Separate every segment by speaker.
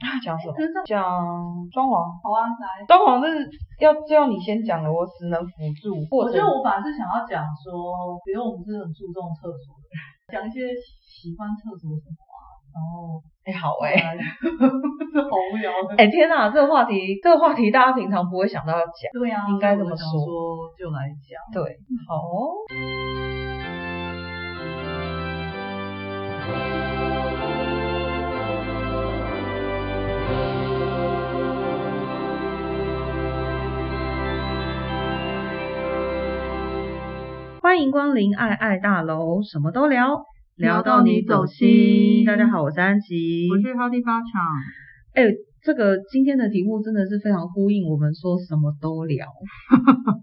Speaker 1: 讲什么？讲装潢。
Speaker 2: 好啊，来。
Speaker 1: 装潢是要要你先讲的，我只能辅助。
Speaker 2: 我
Speaker 1: 或
Speaker 2: 觉
Speaker 1: 者
Speaker 2: 得我本来是想要讲说，比如我们是很注重厕所的人， 讲一些喜欢厕所什么啊，然后
Speaker 1: 哎、好哎、
Speaker 2: 哎，这好无聊的。
Speaker 1: 哎、天哪，这个话题，这个话题大家平常不会想到要讲。
Speaker 2: 对啊，
Speaker 1: 应该这么
Speaker 2: 我想
Speaker 1: 说
Speaker 2: 说，就来讲。
Speaker 1: 对，好哦。欢迎光临爱爱大楼，什么都聊，
Speaker 2: 聊到你走心
Speaker 1: 大家好，我是安琪，
Speaker 2: 我是哈第八场，
Speaker 1: 哎、这个今天的题目真的是非常呼应我们说什么都聊。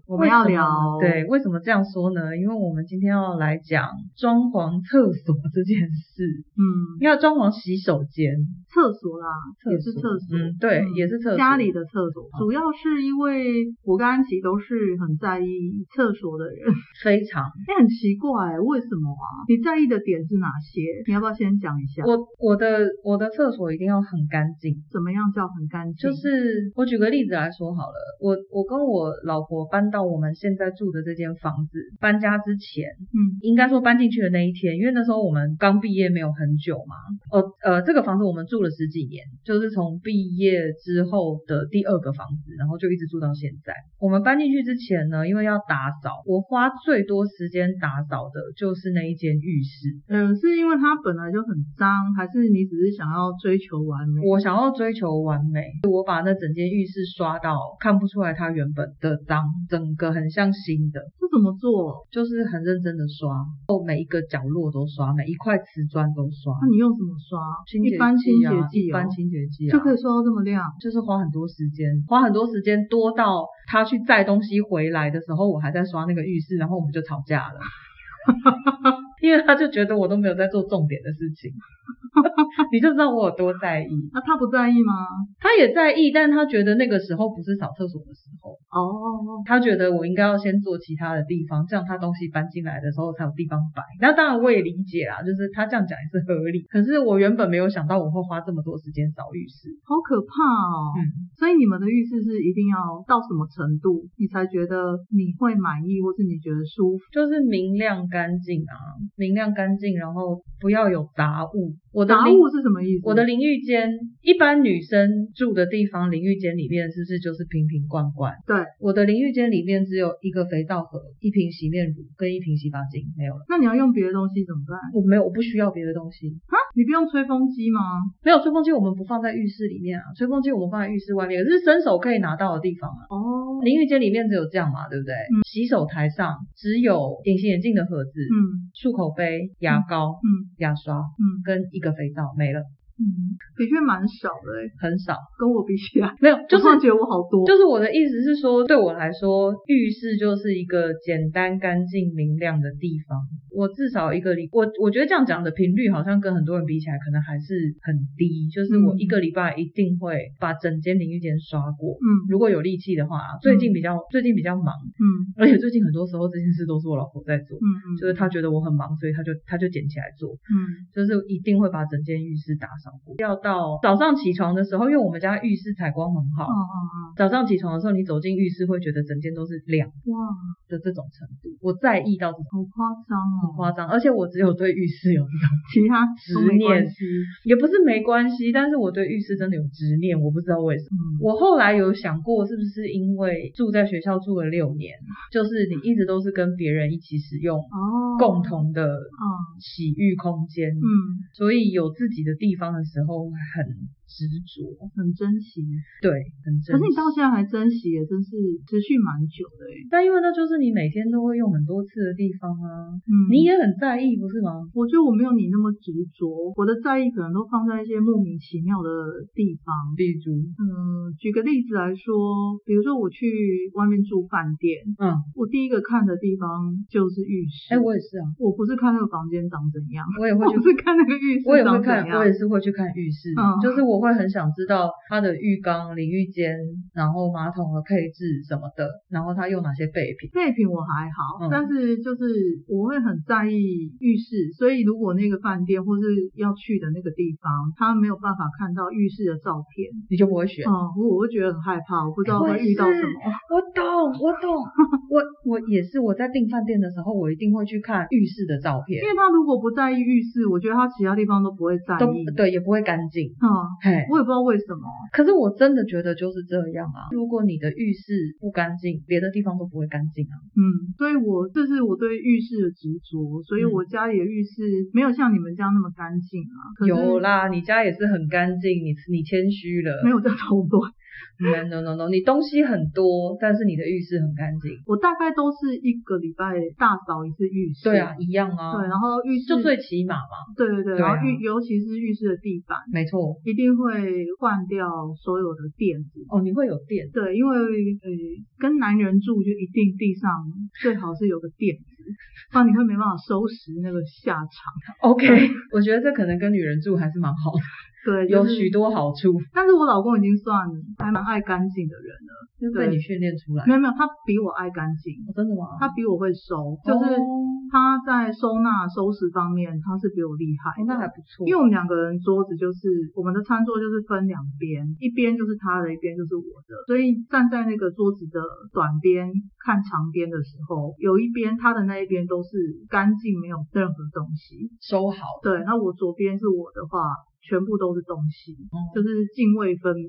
Speaker 2: 我们要聊
Speaker 1: 为什么对，为什么这样说呢？因为我们今天要来讲装潢厕所这件事，
Speaker 2: 嗯，
Speaker 1: 要装潢洗手间，
Speaker 2: 厕所啦，
Speaker 1: 厕所
Speaker 2: 也是厕所，
Speaker 1: 嗯，对，
Speaker 2: 嗯
Speaker 1: 也是厕所，
Speaker 2: 家里的厕所，主要是因为我跟安琪都是很在意厕所的人。
Speaker 1: 非常。
Speaker 2: 哎、很奇怪、为什么啊？你在意的点是哪些？你要不要先讲一下？
Speaker 1: 我我的我的厕所一定要很干净，
Speaker 2: 怎么样叫很干净？
Speaker 1: 就是我举个例子来说好了，我我跟我老婆搬到我们现在住的这间房子，搬家之前，
Speaker 2: 嗯
Speaker 1: 应该说搬进去的那一天，因为那时候我们刚毕业没有很久嘛，呃呃，这个房子我们住了十几年，就是从毕业之后的第二个房子，然后就一直住到现在。我们搬进去之前呢，因为要打扫，我花最多时间打扫的就是那一间浴室。
Speaker 2: 呃，是因为它本来就很脏，还是你只是想要追求完美？
Speaker 1: 我想要追求完美，我把那整间浴室刷到看不出来它原本的脏，整个很像新的。
Speaker 2: 这怎么做？
Speaker 1: 就是很认真的刷，哦，每一个角落都刷，每一块瓷砖都刷。
Speaker 2: 那、你用什么刷？
Speaker 1: 清洁
Speaker 2: 一般清
Speaker 1: 剂
Speaker 2: 洁
Speaker 1: 啊，
Speaker 2: 剂、
Speaker 1: 一
Speaker 2: 哦
Speaker 1: 般清洁剂、啊、
Speaker 2: 就可以刷到这么亮。
Speaker 1: 就是花很多时间，花很多时间多到他去载东西回来的时候，我还在刷那个浴室，然后我们就吵架了。 因为他就觉得我都没有在做重点的事情， 你就知道我有多在意。
Speaker 2: 那、他不在意吗？
Speaker 1: 他也在意，但他觉得那个时候不是扫厕所的时候，
Speaker 2: 哦，
Speaker 1: 他觉得我应该要先做其他的地方，这样他东西搬进来的时候才有地方摆。那当然我也理解啦，就是他这样讲也是合理。可是我原本没有想到我会花这么多时间扫浴室。
Speaker 2: 好可怕哦。
Speaker 1: 嗯，
Speaker 2: 所以你们的浴室是一定要到什么程度，你才觉得你会满意，或是你觉得舒服？
Speaker 1: 就是明亮干净啊，明亮干净，然后不要有杂物。我的
Speaker 2: 杂
Speaker 1: 淋
Speaker 2: 物是什么意思？
Speaker 1: 我的淋浴间，一般女生住的地方，淋浴间里面是不是就是瓶瓶罐罐？
Speaker 2: 对，
Speaker 1: 我的淋浴间里面只有一个肥皂盒、一瓶洗面乳跟一瓶洗发精，没有了。
Speaker 2: 那你要用别的东西怎么办？
Speaker 1: 我没有，我不需要别的东西。
Speaker 2: 你不用吹风机吗？
Speaker 1: 没有吹风机，我们不放在浴室里面啊，吹风机我们放在浴室外面，可是伸手可以拿到的地方啊。
Speaker 2: 哦，
Speaker 1: 淋浴间里面只有这样嘛，对不对？洗手台上只有隐形眼镜的盒子、
Speaker 2: 嗯
Speaker 1: 漱口杯、牙膏、
Speaker 2: 嗯
Speaker 1: 牙刷，
Speaker 2: 嗯
Speaker 1: 跟一个肥皂没了，
Speaker 2: 嗯，的确蛮少的欸，
Speaker 1: 很少，
Speaker 2: 跟我比起来，
Speaker 1: 没有， 就是
Speaker 2: 我突然觉得我好多。
Speaker 1: 就是我的意思是说，对我来说，浴室就是一个简单、干净、明亮的地方。我至少一个礼，我我觉得这样讲的频率好像跟很多人比起来，可能还是很低。就是我
Speaker 2: 嗯
Speaker 1: 一个礼拜一定会把整间淋浴间刷过。
Speaker 2: 嗯
Speaker 1: 如果有力气的话，啊最近比较、最近比较忙，
Speaker 2: 嗯
Speaker 1: 而且最近很多时候这件事都是我老婆在做，
Speaker 2: 嗯嗯，
Speaker 1: 就是她觉得我很忙，所以她就她就捡起来做。
Speaker 2: 嗯
Speaker 1: 就是一定会把整间浴室打扫过。要到早上起床的时候，因为我们家浴室采光很好，
Speaker 2: 哦哦哦，
Speaker 1: 早上起床的时候你走进浴室会觉得整间都是亮
Speaker 2: 哇，
Speaker 1: 的这种程度，我在意到这种
Speaker 2: 好夸张
Speaker 1: 很
Speaker 2: 哦，
Speaker 1: 夸张，而且我只有对浴室有这种，
Speaker 2: 其他都没关系。
Speaker 1: 也不是没关系，但是我对浴室真的有执念，我不知道为什么。
Speaker 2: 嗯，
Speaker 1: 我后来有想过，是不是因为住在学校住了六年，就是你一直都是跟别人一起使用
Speaker 2: 哦，
Speaker 1: 共同的
Speaker 2: 哦，
Speaker 1: 洗浴空间，
Speaker 2: 嗯，
Speaker 1: 所以有自己的地方的时候很执着，
Speaker 2: 很珍惜。
Speaker 1: 对，很珍
Speaker 2: 可
Speaker 1: 惜。
Speaker 2: 是你到现在还珍惜，也真是持续蛮久的哎。
Speaker 1: 但因为那就是你每天都会用很多次的地方啊，
Speaker 2: 嗯，
Speaker 1: 你也很在意，不是吗？
Speaker 2: 我觉得我没有你那么执着，我的在意可能都放在一些莫名其妙的地方。
Speaker 1: 比如，
Speaker 2: 嗯，举个例子来说，比如说我去外面住饭店，
Speaker 1: 嗯，
Speaker 2: 我第一个看的地方就是浴室。
Speaker 1: 哎、我也是啊，
Speaker 2: 我不是看那个房间长怎样，
Speaker 1: 我也会
Speaker 2: 我
Speaker 1: 去，
Speaker 2: 哦是看那个浴室
Speaker 1: 我也会
Speaker 2: 长怎
Speaker 1: 看，
Speaker 2: 样。
Speaker 1: 我也是会去看浴室，
Speaker 2: 嗯
Speaker 1: 就是我我会很想知道它的浴缸、淋浴间，然后马桶的配置什么的，然后它有哪些备品。
Speaker 2: 备品我还好，
Speaker 1: 嗯
Speaker 2: 但是就是我会很在意浴室，所以如果那个饭店或是要去的那个地方，他没有办法看到浴室的照片，
Speaker 1: 你就不会选。
Speaker 2: 嗯，我我会觉得很害怕，我不知道
Speaker 1: 我
Speaker 2: 会遇到
Speaker 1: 是
Speaker 2: 什么。
Speaker 1: 我懂，我 懂，我我也是，我在订饭店的时候，我一定会去看浴室的照片
Speaker 2: 因，为他如果不在意浴室，我觉得他其他地方都不会在
Speaker 1: 都
Speaker 2: 意。
Speaker 1: 对，也不会干净。
Speaker 2: 嗯，
Speaker 1: 嘿，
Speaker 2: 我也不知道为什么。
Speaker 1: 可是我真的觉得就是这样啊。如果你的浴室不干净，别的地方都不会干净啊。
Speaker 2: 嗯，所以我这是我对浴室的执着，所以
Speaker 1: 嗯
Speaker 2: 我家里的浴室没有像你们家那么干净啊。可是
Speaker 1: 有啦，你家也是很干净，你你谦虚了。
Speaker 2: 没有在头乱，
Speaker 1: No no no no，你东西很多，但是你的浴室很干净。
Speaker 2: 我大概都是一个礼拜大扫一次浴室。
Speaker 1: 对啊，，一样啊。
Speaker 2: 对，嗯然后浴室
Speaker 1: 就最起码嘛，
Speaker 2: 对对对，
Speaker 1: 对啊
Speaker 2: 然后浴尤其是浴室的地板
Speaker 1: 没错。
Speaker 2: 一定会换掉所有的垫子。
Speaker 1: 哦，你会有电，
Speaker 2: 对，因为呃，跟男人住就一定地上最好是有个垫子，不然你会没办法收拾那个下场。
Speaker 1: OK，我 觉得这可能跟女人住还是蛮好的，
Speaker 2: 对，
Speaker 1: 有
Speaker 2: 就是
Speaker 1: 许多好处，
Speaker 2: 但是我老公已经算还蛮爱干净的人了，
Speaker 1: 就是被你训练出来
Speaker 2: 没。有没有，他比我爱干净，
Speaker 1: 哦真的吗？
Speaker 2: 他比我会收，就是
Speaker 1: 哦
Speaker 2: 他在收纳收拾方面他是比我厉害
Speaker 1: 哦
Speaker 2: 的。
Speaker 1: 那还不错，
Speaker 2: 因为我们两个人桌子就是我们的餐桌就是分两边，一边就是他的，一边就是我的，所以站在那个桌子的短边看长边的时候，有一边他的那一边都是干净，没有任何东西。
Speaker 1: 收好。
Speaker 2: 对，那我左边是我的话，全部都是东西，
Speaker 1: 嗯
Speaker 2: 就是泾渭 分明。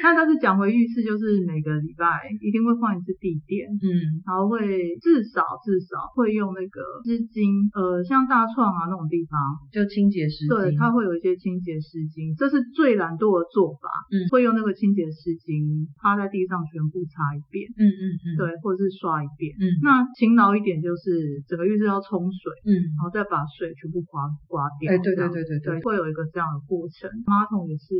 Speaker 2: 那他是讲回浴室，就是每个礼拜一定会换一次地垫，
Speaker 1: 嗯，
Speaker 2: 然后会至少至少会用那个湿巾，呃，像大创啊那种地方，
Speaker 1: 就清洁湿巾。
Speaker 2: 对，它会有一些清洁湿巾，这是最懒惰的做法。
Speaker 1: 嗯
Speaker 2: 会用那个清洁湿巾趴在地上全部擦一遍，
Speaker 1: 嗯嗯嗯，，
Speaker 2: 对，或者是刷一遍。
Speaker 1: 嗯
Speaker 2: 那勤劳一点就是整个浴室要冲水，
Speaker 1: 嗯，
Speaker 2: 然后再把水全部刮刮掉。
Speaker 1: 哎，对对
Speaker 2: 这样
Speaker 1: 对对
Speaker 2: 对，
Speaker 1: 对，
Speaker 2: 会有一个这样的过程。马桶也是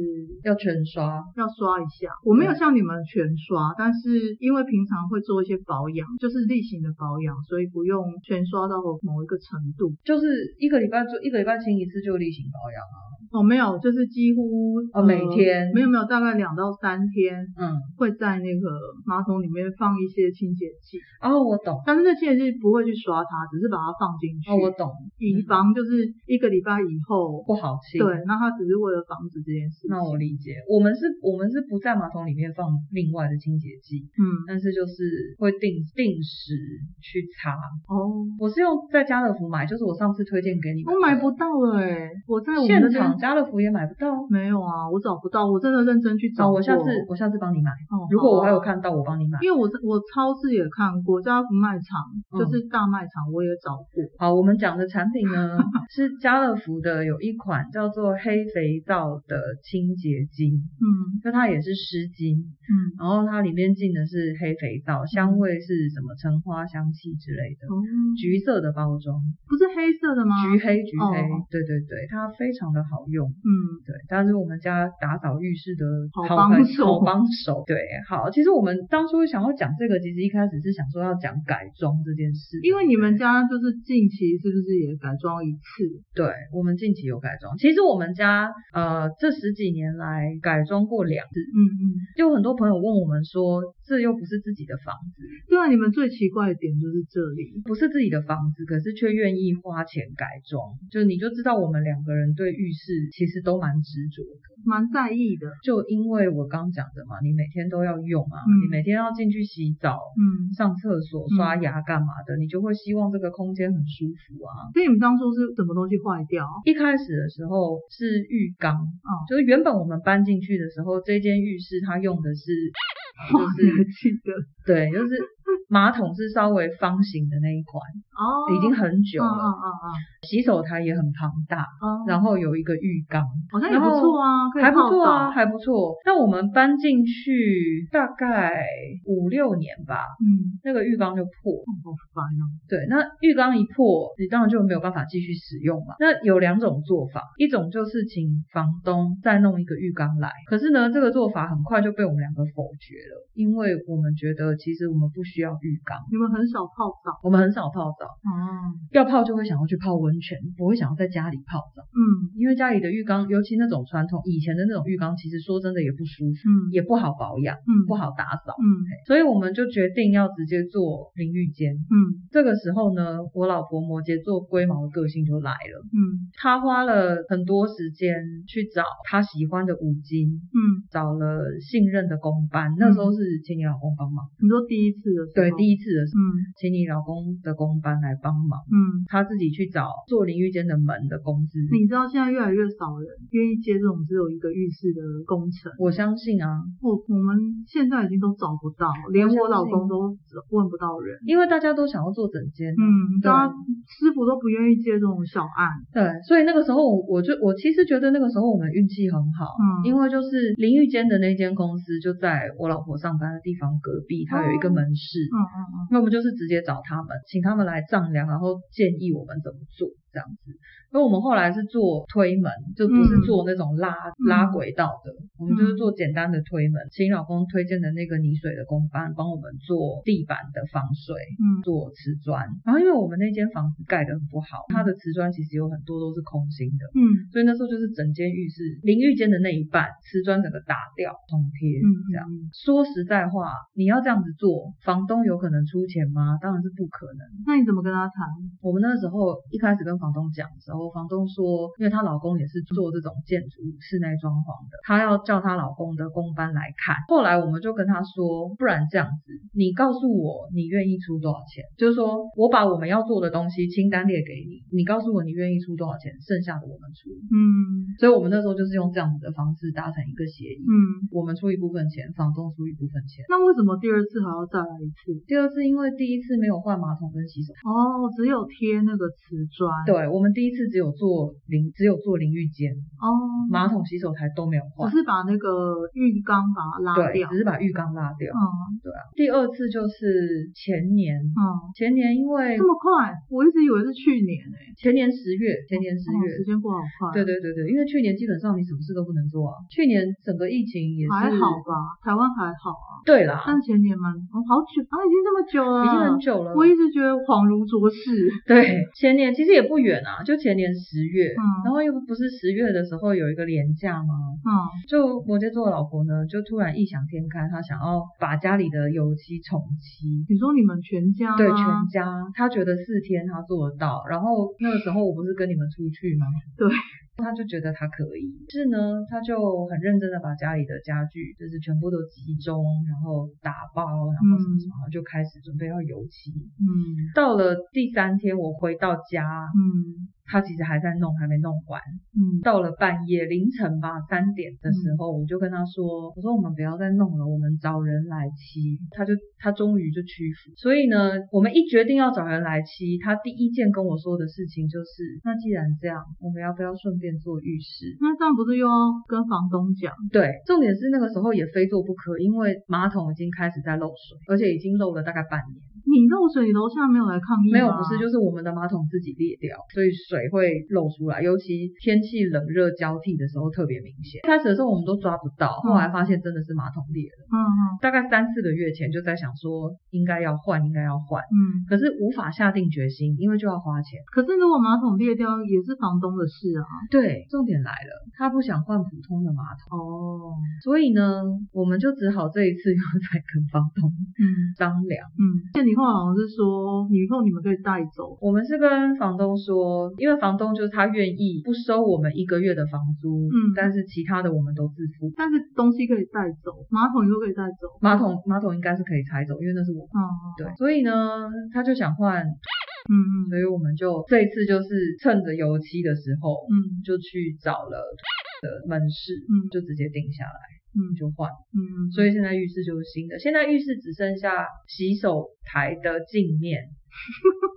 Speaker 1: 要全刷。
Speaker 2: 要刷一下，我没
Speaker 1: 嗯
Speaker 2: 有像你们全刷，但是因为平常会做一些保养，就是例行的保养，所以不用全刷到某一个程度。
Speaker 1: 就是一个礼拜做一个礼拜清一次就例行保养啊。
Speaker 2: 哦，没有，就是几乎呃
Speaker 1: 哦每天
Speaker 2: 没有没有，大概两到三天
Speaker 1: 嗯，
Speaker 2: 会在那个马桶里面放一些清洁剂，
Speaker 1: 哦，我懂，
Speaker 2: 但是那清洁剂不会去刷它，只是把它放进去，
Speaker 1: 哦，我懂，
Speaker 2: 以防就是一个礼拜以后，
Speaker 1: 不好清。
Speaker 2: 对，那它只是为了防止这件事情。
Speaker 1: 那我理解，我们是，我们是不在马桶里面放另外的清洁剂，
Speaker 2: 嗯
Speaker 1: 但是就是会定定时去擦。
Speaker 2: 哦，
Speaker 1: 我是用在家乐福买，就是我上次推荐给你们的，
Speaker 2: 我买不到哎、我在我们
Speaker 1: 现
Speaker 2: 那边
Speaker 1: 场家乐福也买不到。哦
Speaker 2: 没有啊，我找不到，我真的认真去找
Speaker 1: 好，
Speaker 2: 过。
Speaker 1: 哦我下次我下次帮你买，
Speaker 2: 哦，
Speaker 1: 如果我还有
Speaker 2: 看。
Speaker 1: 看到，我帮你买。
Speaker 2: 因为我我超市也看过，家乐福卖场
Speaker 1: 嗯
Speaker 2: 就是大卖场，我也找过。
Speaker 1: 好，我们讲的产品呢是家乐福的有一款叫做黑肥皂的清洁巾，
Speaker 2: 嗯
Speaker 1: 就它也是湿巾，
Speaker 2: 嗯，
Speaker 1: 然后它里面进的是黑肥皂，香味是什么橙花香气之类的，
Speaker 2: 哦，
Speaker 1: 橘色的包装，
Speaker 2: 不是黑色的吗？
Speaker 1: 橘黑橘黑，
Speaker 2: 哦
Speaker 1: 对对对，它非常的好用。
Speaker 2: 嗯
Speaker 1: 对，它是我们家打扫浴室的
Speaker 2: 好
Speaker 1: 好
Speaker 2: 帮
Speaker 1: 朋好
Speaker 2: 手
Speaker 1: 帮手。对，好，其实我们当初想要讲这个，其实一开始是想说要讲改装这件事，
Speaker 2: 因为你们家就是近期是不是也改装一次？
Speaker 1: 对我们近期有改装。其实我们家呃这十几年来改装过两次，
Speaker 2: 嗯嗯，
Speaker 1: 就很多朋友问我们说，这又不是自己的房子，
Speaker 2: 对啊，你们最奇怪的点就是这里。
Speaker 1: 不是自己的房子，可是却愿意花钱改装，就你就知道我们两个人对浴室其实都蛮执着的。
Speaker 2: 蛮在意的，
Speaker 1: 就因为我刚讲的嘛，你每天都要用啊，
Speaker 2: 嗯
Speaker 1: 你每天要进去洗澡。
Speaker 2: 嗯，
Speaker 1: 上厕所、刷牙干嘛的，你就会希望这个空间很舒服啊。
Speaker 2: 所以你们当初是什么东西坏掉？
Speaker 1: 一开始的时候是浴缸，
Speaker 2: 哦
Speaker 1: 就是原本我们搬进去的时候，这间浴室它用的是，
Speaker 2: 哇，你
Speaker 1: 就
Speaker 2: 还
Speaker 1: 是
Speaker 2: 记得？
Speaker 1: 对，就是马桶是稍微方形的那一款，
Speaker 2: 哦，
Speaker 1: 已经很久
Speaker 2: 嗯嗯
Speaker 1: 了，
Speaker 2: 嗯嗯
Speaker 1: 洗手台也很庞大，
Speaker 2: 哦，
Speaker 1: 然后有一个浴缸，
Speaker 2: 好像也不错啊，可以
Speaker 1: 还不错
Speaker 2: 哦泡
Speaker 1: 啊，
Speaker 2: 澡。
Speaker 1: 还不错。那我们搬进去大概五六年吧，
Speaker 2: 嗯，
Speaker 1: 那个浴缸就破，
Speaker 2: 哦好烦啊。
Speaker 1: 对，那浴缸一破，你当然就没有办法继续使用嘛。那有两种做法，一种就是请房东再弄一个浴缸来，可是呢，这个做法很快就被我们两个否决了，因为我们觉得其实我们不需要要浴缸，
Speaker 2: 你们很少泡澡，
Speaker 1: 我们很少泡澡，
Speaker 2: 嗯
Speaker 1: 要泡就会想要去泡温泉，不会想要在家里泡澡，
Speaker 2: 嗯
Speaker 1: 因为家里的浴缸，尤其那种传统以前的那种浴缸，其实说真的也不舒服，
Speaker 2: 嗯
Speaker 1: 也不好保养，
Speaker 2: 嗯
Speaker 1: 不好打扫，
Speaker 2: 嗯
Speaker 1: 所以我们就决定要直接做淋浴间。
Speaker 2: 嗯
Speaker 1: 这个时候呢，我老婆摩羯座龟毛的个性就来了。
Speaker 2: 嗯
Speaker 1: 他花了很多时间去找他喜欢的舞金，
Speaker 2: 嗯，
Speaker 1: 找了信任的公班，那时候是请你老公帮忙，
Speaker 2: 你说第一次的时候，
Speaker 1: 对，
Speaker 2: 一
Speaker 1: 第一次的时候，
Speaker 2: 嗯嗯
Speaker 1: 请你老公的公班来帮忙，
Speaker 2: 嗯，
Speaker 1: 他自己去找做淋浴间的门的公司。
Speaker 2: 你知道现在越来越少人愿意接这种只有一个浴室的工程，
Speaker 1: 我相信啊，
Speaker 2: 我我们现在已经都找不到，连我老公都问不到人。
Speaker 1: 因为大家都想要做整间，
Speaker 2: 嗯，
Speaker 1: 对
Speaker 2: 大家师傅都不愿意接这种小案。
Speaker 1: 对，所以那个时候我就我其实觉得那个时候我们运气很好，
Speaker 2: 嗯
Speaker 1: 因为就是淋浴间的那间公司就在我老婆上班的地方隔壁，它有一个门市，
Speaker 2: 嗯嗯嗯，
Speaker 1: 那我们就是直接找他们，请他们来丈量，然后建议我们怎么做这样子。因为我们后来是做推门，就不是
Speaker 2: 嗯
Speaker 1: 做那种拉、拉轨道的，我们就是做简单的推门。请老公推荐的那个泥水的工班帮我们做地板的防水，
Speaker 2: 嗯
Speaker 1: 做瓷砖。然后因为我们那间房子盖得很不好，它的瓷砖其实有很多都是空心的。
Speaker 2: 嗯
Speaker 1: 所以那时候就是整间浴室淋浴间的那一半瓷砖整个打掉重贴，
Speaker 2: 嗯，
Speaker 1: 这样。说实在话，你要这样子做，房东有可能出钱吗？当然是不可能。
Speaker 2: 那你怎么跟他谈？
Speaker 1: 我们那时候一开始跟房东讲的时候，房东说，因为她老公也是做这种建筑室内装潢的，她要叫她老公的工班来看。后来我们就跟她说，不然这样子，你告诉我你愿意出多少钱，就是说我把我们要做的东西清单列给你，你告诉我你愿意出多少钱，剩下的我们出。
Speaker 2: 嗯
Speaker 1: 所以我们那时候就是用这样子的方式达成一个协议，
Speaker 2: 嗯，
Speaker 1: 我们出一部分钱，房东出一部分钱。
Speaker 2: 那为什么第二次还要再来一次？
Speaker 1: 第二次因为第一次没有换马桶跟洗手，
Speaker 2: 哦，只有贴那个瓷砖。。
Speaker 1: 对我们第一次只有做淋，只有做淋浴间，
Speaker 2: 哦。
Speaker 1: 马桶、洗手台都没有换
Speaker 2: 只，是把那个浴缸把它嗯拉
Speaker 1: 对，
Speaker 2: 掉。
Speaker 1: 只是把浴缸拉掉。啊
Speaker 2: 嗯
Speaker 1: 第二次就是前年，
Speaker 2: 嗯，
Speaker 1: 前年因为
Speaker 2: 这么快？我一直以为是去年诶、
Speaker 1: 前年十月，前年十
Speaker 2: 哦时
Speaker 1: 月。
Speaker 2: 间过好快。
Speaker 1: 对。对对对，因为去年基本上你什么事都不能做啊。去年整个疫情也是
Speaker 2: 还好吧，台湾还好啊，
Speaker 1: 对啦，
Speaker 2: 但前年蛮哦好久啊，已经这么久了，
Speaker 1: 已经很久了。
Speaker 2: 我一直觉得恍如昨世。
Speaker 1: 对，前年其实也不远啊，就前年十月，
Speaker 2: 嗯
Speaker 1: 然后又不是十月的时候有一个连假吗？
Speaker 2: 嗯
Speaker 1: 就摩羯座的老婆呢，就突然异想天开，她想要把家里的油漆重漆。
Speaker 2: 你说你们全家吗
Speaker 1: 对全家，她觉得四天她做得到。然后那个时候我不是跟你们出去吗？
Speaker 2: 对，
Speaker 1: 她就觉得她可以。于是呢，她就很认真的把家里的家具就是全部都集中，然后打包，然后什么什么，然后就开始准备要油漆。
Speaker 2: 嗯
Speaker 1: 到了第三天，我回到家，
Speaker 2: 嗯
Speaker 1: 她其实还在弄，还没弄完。
Speaker 2: 嗯
Speaker 1: 到了半夜凌晨吧，三点的时候，我就跟他说，我说我们不要再弄了，我们找人来漆。他就他终于就屈服。所以呢，我们一决定要找人来漆，他第一件跟我说的事情就是，那既然这样，我们要不要顺便做浴室？
Speaker 2: 那这样不是又要跟房东讲？
Speaker 1: 对，重点是那个时候也非做不可，因为马桶已经开始在漏水，而且已经漏了大概半年。
Speaker 2: 你漏水，你楼下没有来抗议吗
Speaker 1: 没有，不是，就是我们的马桶自己裂掉，所以水会漏出来，尤其天气冷热交替的时候特别明显。一开始的时候我们都抓不到，
Speaker 2: 嗯
Speaker 1: 后来发现真的是马桶裂了。
Speaker 2: 嗯嗯
Speaker 1: 大概三四个月前就在想说应该要换，应该要换，
Speaker 2: 嗯。
Speaker 1: 可是无法下定决心，因为就要花钱。
Speaker 2: 可是如果马桶裂掉也是房东的事啊。
Speaker 1: 对，重点来了，他不想换普通的马桶，
Speaker 2: 哦，
Speaker 1: 所以呢，我们就只好这一次又再跟房东
Speaker 2: 嗯
Speaker 1: 商量。
Speaker 2: 嗯。而且你后来好像是说，以后你们可以带走。
Speaker 1: 我们是跟房东说，因为房东就是他愿意不收我们一个月的房租，
Speaker 2: 嗯
Speaker 1: 但是其他的我们都自付。
Speaker 2: 但是东西可以带走，马桶以后可以带走。
Speaker 1: 马桶马桶应该是可以拆走，因为那是我们
Speaker 2: 嗯，
Speaker 1: 对，所以呢，他就想换，
Speaker 2: 嗯嗯
Speaker 1: 所以我们就这一次就是趁着油漆的时候，
Speaker 2: 嗯
Speaker 1: 就去找了的门市，
Speaker 2: 嗯
Speaker 1: 就直接定下来
Speaker 2: 嗯
Speaker 1: 就换，
Speaker 2: 嗯，
Speaker 1: 所
Speaker 2: 以
Speaker 1: 以现在浴室就是新的，现在浴室只剩下洗手台的镜面，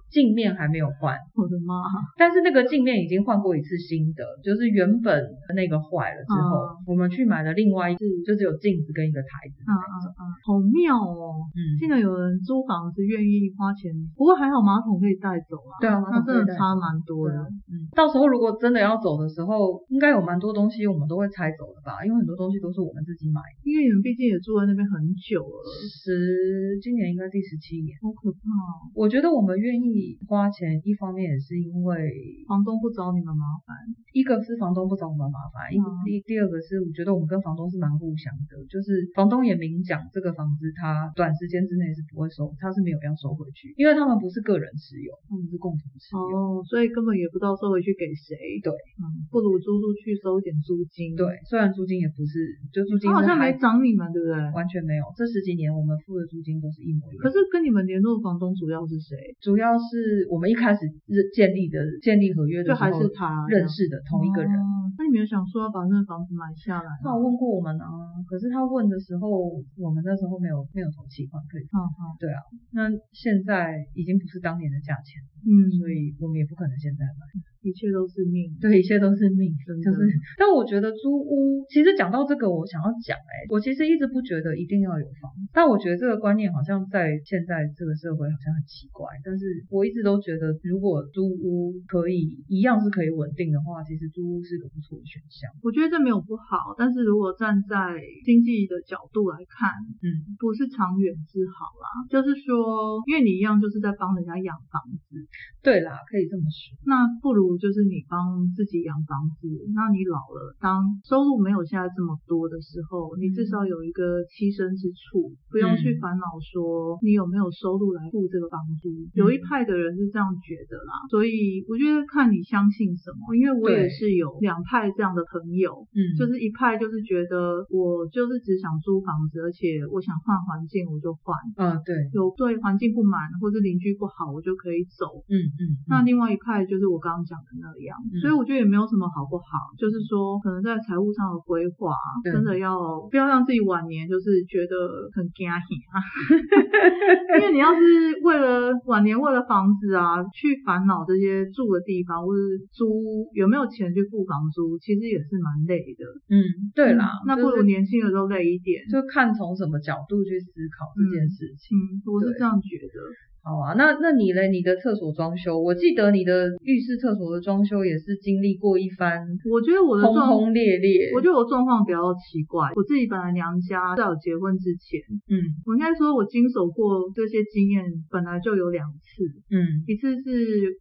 Speaker 1: 镜面还没有换，
Speaker 2: 我的妈！
Speaker 1: 但是那个镜面已经换过一次新的，就是原本那个坏了之后，
Speaker 2: 嗯
Speaker 1: 我们去买了另外一次，就只有镜子跟一个台子
Speaker 2: 嗯
Speaker 1: 那
Speaker 2: 嗯
Speaker 1: 种。
Speaker 2: 嗯，好妙哦！
Speaker 1: 嗯，
Speaker 2: 竟然有人租房子愿意花钱，不过还好马桶可以带走啊。
Speaker 1: 对啊马
Speaker 2: 那
Speaker 1: 桶可以
Speaker 2: 真的
Speaker 1: 带
Speaker 2: 差蛮多的。
Speaker 1: 对啊嗯，到时候如果真的要走的时候，应该有蛮多东西我们都会拆走的吧，因为很多东西都是我们自己买的。
Speaker 2: 因为你们毕竟也住在那边很久了，
Speaker 1: 十，今年应该第十七年。
Speaker 2: 好可怕哦！
Speaker 1: 我觉得我们愿意花钱，一方面也是因为
Speaker 2: 房东不找你们麻烦，
Speaker 1: 一个是房东不找我们麻烦，一个
Speaker 2: 嗯
Speaker 1: 第第二个是我觉得我们跟房东是蛮互相的，就是房东也明讲这个房子他短时间之内是不会收，他是没有要收回去，因为他们不是个人持有，他们是共同持有。
Speaker 2: 哦，所以根本也不知道收回去给谁。
Speaker 1: 对，
Speaker 2: 嗯，不如租出去收一点租金。
Speaker 1: 对，，虽然租金也不是，就租金
Speaker 2: 他好
Speaker 1: 是
Speaker 2: 像
Speaker 1: 还
Speaker 2: 没涨你们，对不对？
Speaker 1: 完全没有，这十几年我们付的租金都是一模一样。
Speaker 2: 可是跟你们联络的房东主要是谁？
Speaker 1: 主要是我们一开始认建立的建立合约的
Speaker 2: 就
Speaker 1: 时
Speaker 2: 还
Speaker 1: 候
Speaker 2: 是他
Speaker 1: 认识的同一个人。
Speaker 2: 哦那你没有想说要把那个房子买下来
Speaker 1: 他
Speaker 2: 吗？
Speaker 1: 有问过我们啊，可是他问的时候，我们那时候没有没有投期款可以付。
Speaker 2: 嗯嗯
Speaker 1: 啊那现在已经不是当年的价钱，
Speaker 2: 嗯，
Speaker 1: 所以我们也不可能现在买。
Speaker 2: 一切都是命。
Speaker 1: 对，一切都是命，
Speaker 2: 真的
Speaker 1: 就是。但我觉得租屋，其实讲到这个，我想要讲哎、我其实一直不觉得一定要有房，但我觉得这个观念好像在现在这个社会好像很奇怪。但是我一直都觉得，如果租屋可以一样是可以稳定的话，其实租屋是个不错的选项。
Speaker 2: 我觉得这没有不好，但是如果站在经济的角度来看，
Speaker 1: 嗯，
Speaker 2: 不是长远之好啦。就是说，因为你一样就是在帮人家养房子，
Speaker 1: 对啦，可以这么说。
Speaker 2: 那不如就是你帮自己养房子。那你老了，当收入没有现在这么多的时候，你至少有一个栖身之处，不用去
Speaker 1: 嗯
Speaker 2: 烦恼说你有没有收入来付这个房租。有一
Speaker 1: 嗯
Speaker 2: 派的人是这样觉得啦，所以我觉得看你相信什么，因为我
Speaker 1: 对
Speaker 2: 也是有两派这样的朋友，
Speaker 1: 嗯，
Speaker 2: 就是一派就是觉得我就是只想租房子，而且我想换环境我就换，
Speaker 1: 啊、对，
Speaker 2: 有对环境不满或是邻居不好我就可以走。
Speaker 1: 嗯嗯，嗯
Speaker 2: 那另外一派就是我刚刚讲的那样，
Speaker 1: 嗯
Speaker 2: 所以我觉得也没有什么好不好，就是说可能在财务上的规划，啊
Speaker 1: 对
Speaker 2: 真的要不要让自己晚年就是觉得很惊啊， 因为你要是为了晚年为了房子啊去烦恼这些住的地方或是租有没有钱去付房租，其实也是蛮累的。
Speaker 1: 嗯，对啦，
Speaker 2: 那不
Speaker 1: 就
Speaker 2: 如
Speaker 1: 是
Speaker 2: 年轻的时候累一点。
Speaker 1: 就看从什么角度去思考这件事情。
Speaker 2: 嗯，我是
Speaker 1: 对
Speaker 2: 这样觉得。
Speaker 1: 好啊，那那你嘞？你的厕所装修，我记得你的浴室、厕所的装修也是经历过一番
Speaker 2: 我觉得我的
Speaker 1: 轰
Speaker 2: 状，
Speaker 1: 轰烈烈。
Speaker 2: 我觉得我状况比较奇怪。我自己本来娘家在我结婚之前，
Speaker 1: 嗯
Speaker 2: 我应该说我经手过这些经验，本来就有两次。
Speaker 1: 嗯
Speaker 2: 一次是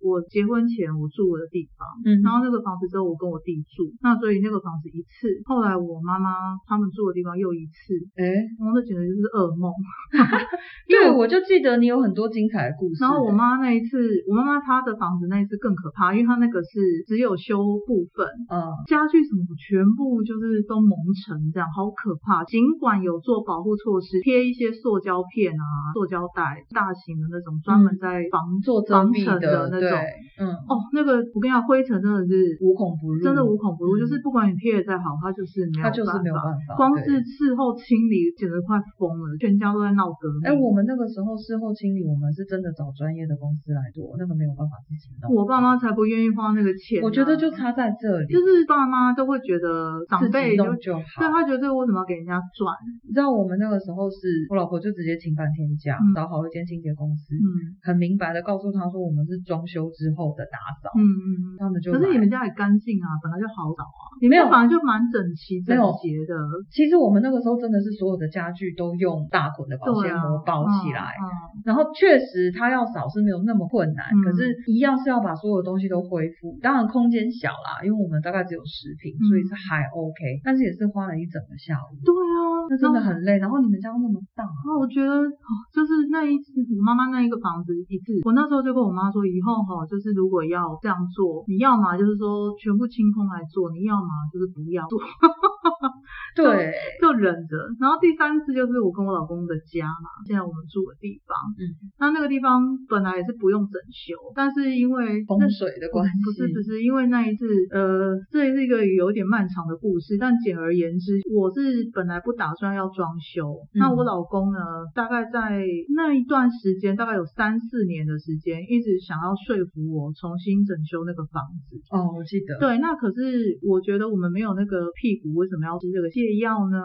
Speaker 2: 我结婚前我住我的地方，
Speaker 1: 嗯，
Speaker 2: 然后那个房子之后我跟我弟住，那所以那个房子一次，后来我妈妈他们住的地方又一次，
Speaker 1: 哎、
Speaker 2: 然后那简直就是噩梦。
Speaker 1: 对，我就记得你有很多精彩的故事。
Speaker 2: 然后我妈那一次，我妈妈她的房子那一次更可怕，因为她那个是只有修部分，
Speaker 1: 嗯
Speaker 2: 家具什么全部就是都蒙尘，这样好可怕。尽管有做保护措施，贴一些塑胶片啊、塑胶袋，大型的那种专门在防、
Speaker 1: 做遮
Speaker 2: 防
Speaker 1: 蔽
Speaker 2: 尘
Speaker 1: 的
Speaker 2: 那
Speaker 1: 对
Speaker 2: 种。，
Speaker 1: 嗯，
Speaker 2: 哦，那个我跟你讲，灰尘真的是
Speaker 1: 无孔不入，
Speaker 2: 真的无孔不入，
Speaker 1: 嗯
Speaker 2: 就是不管你贴的再好，它就是没有
Speaker 1: 它就是没有
Speaker 2: 法。
Speaker 1: 办法。
Speaker 2: 光
Speaker 1: 对
Speaker 2: 是事后清理，简直快疯了，全家都在闹革命。
Speaker 1: 哎、我们那个时候事后清理，我们是真的找专业的公司来做，那个没有办法自己弄。
Speaker 2: 哎我爸妈才不愿意花那个钱啊、
Speaker 1: 我觉得就差在这里，
Speaker 2: 就是爸妈都会觉得长
Speaker 1: 自己
Speaker 2: 辈就
Speaker 1: 弄就好。
Speaker 2: 对他觉得这个为什么要给人家赚？
Speaker 1: 啊你知道我们那个时候是我老婆就直接请半天假，
Speaker 2: 嗯
Speaker 1: 找好一间清洁公司，
Speaker 2: 嗯
Speaker 1: 很明白的告诉他说我们是装修之后的打扫，
Speaker 2: 嗯嗯。嗯
Speaker 1: 他们就
Speaker 2: 可是
Speaker 1: 来
Speaker 2: 你们家也干净啊，本来就好找啊，你
Speaker 1: 没有
Speaker 2: 们本来就蛮整齐整
Speaker 1: 没有
Speaker 2: 洁的，
Speaker 1: 其实我们那个时候真的是所有的家具都用大捆的保
Speaker 2: 对
Speaker 1: 鲜
Speaker 2: 啊，
Speaker 1: 膜包起来，
Speaker 2: 嗯嗯
Speaker 1: 然后确实它要扫是没有那么困难，
Speaker 2: 嗯
Speaker 1: 可是一样是要把所有东西都恢复。当然空间小啦，因为我们大概只有十平，
Speaker 2: 嗯
Speaker 1: 所以是还 OK，但是也是花了一整个下午，
Speaker 2: 对啊，
Speaker 1: 那真的
Speaker 2: 然
Speaker 1: 很累。然后你们家又那么大，
Speaker 2: 后。然后我觉得，哦就是那一次我妈妈那一个房子一次，我那时候就跟我妈说，以后哈、就是如果要这样做，你要嘛就是说全部清空来做，你要嘛就是不要做，
Speaker 1: 对，
Speaker 2: 就忍着。然后第三次就是我跟我老公的家嘛，现在我们住的地方，
Speaker 1: 嗯，
Speaker 2: 那那那个地方本来也是不用整修，但是因为那
Speaker 1: 风水的关系，
Speaker 2: 嗯不是不是，因为那一次，呃，这是一个有点漫长的故事，但简而言之，我是本来不打算要装修，
Speaker 1: 嗯
Speaker 2: 那我老公呢，大概在那一段时间，大概有三四年的时间，一直想要说服我重新整修那个房子。
Speaker 1: 哦，我记得，
Speaker 2: 对，那可是我觉得我们没有那个屁股，为什么要吃这个泻药呢？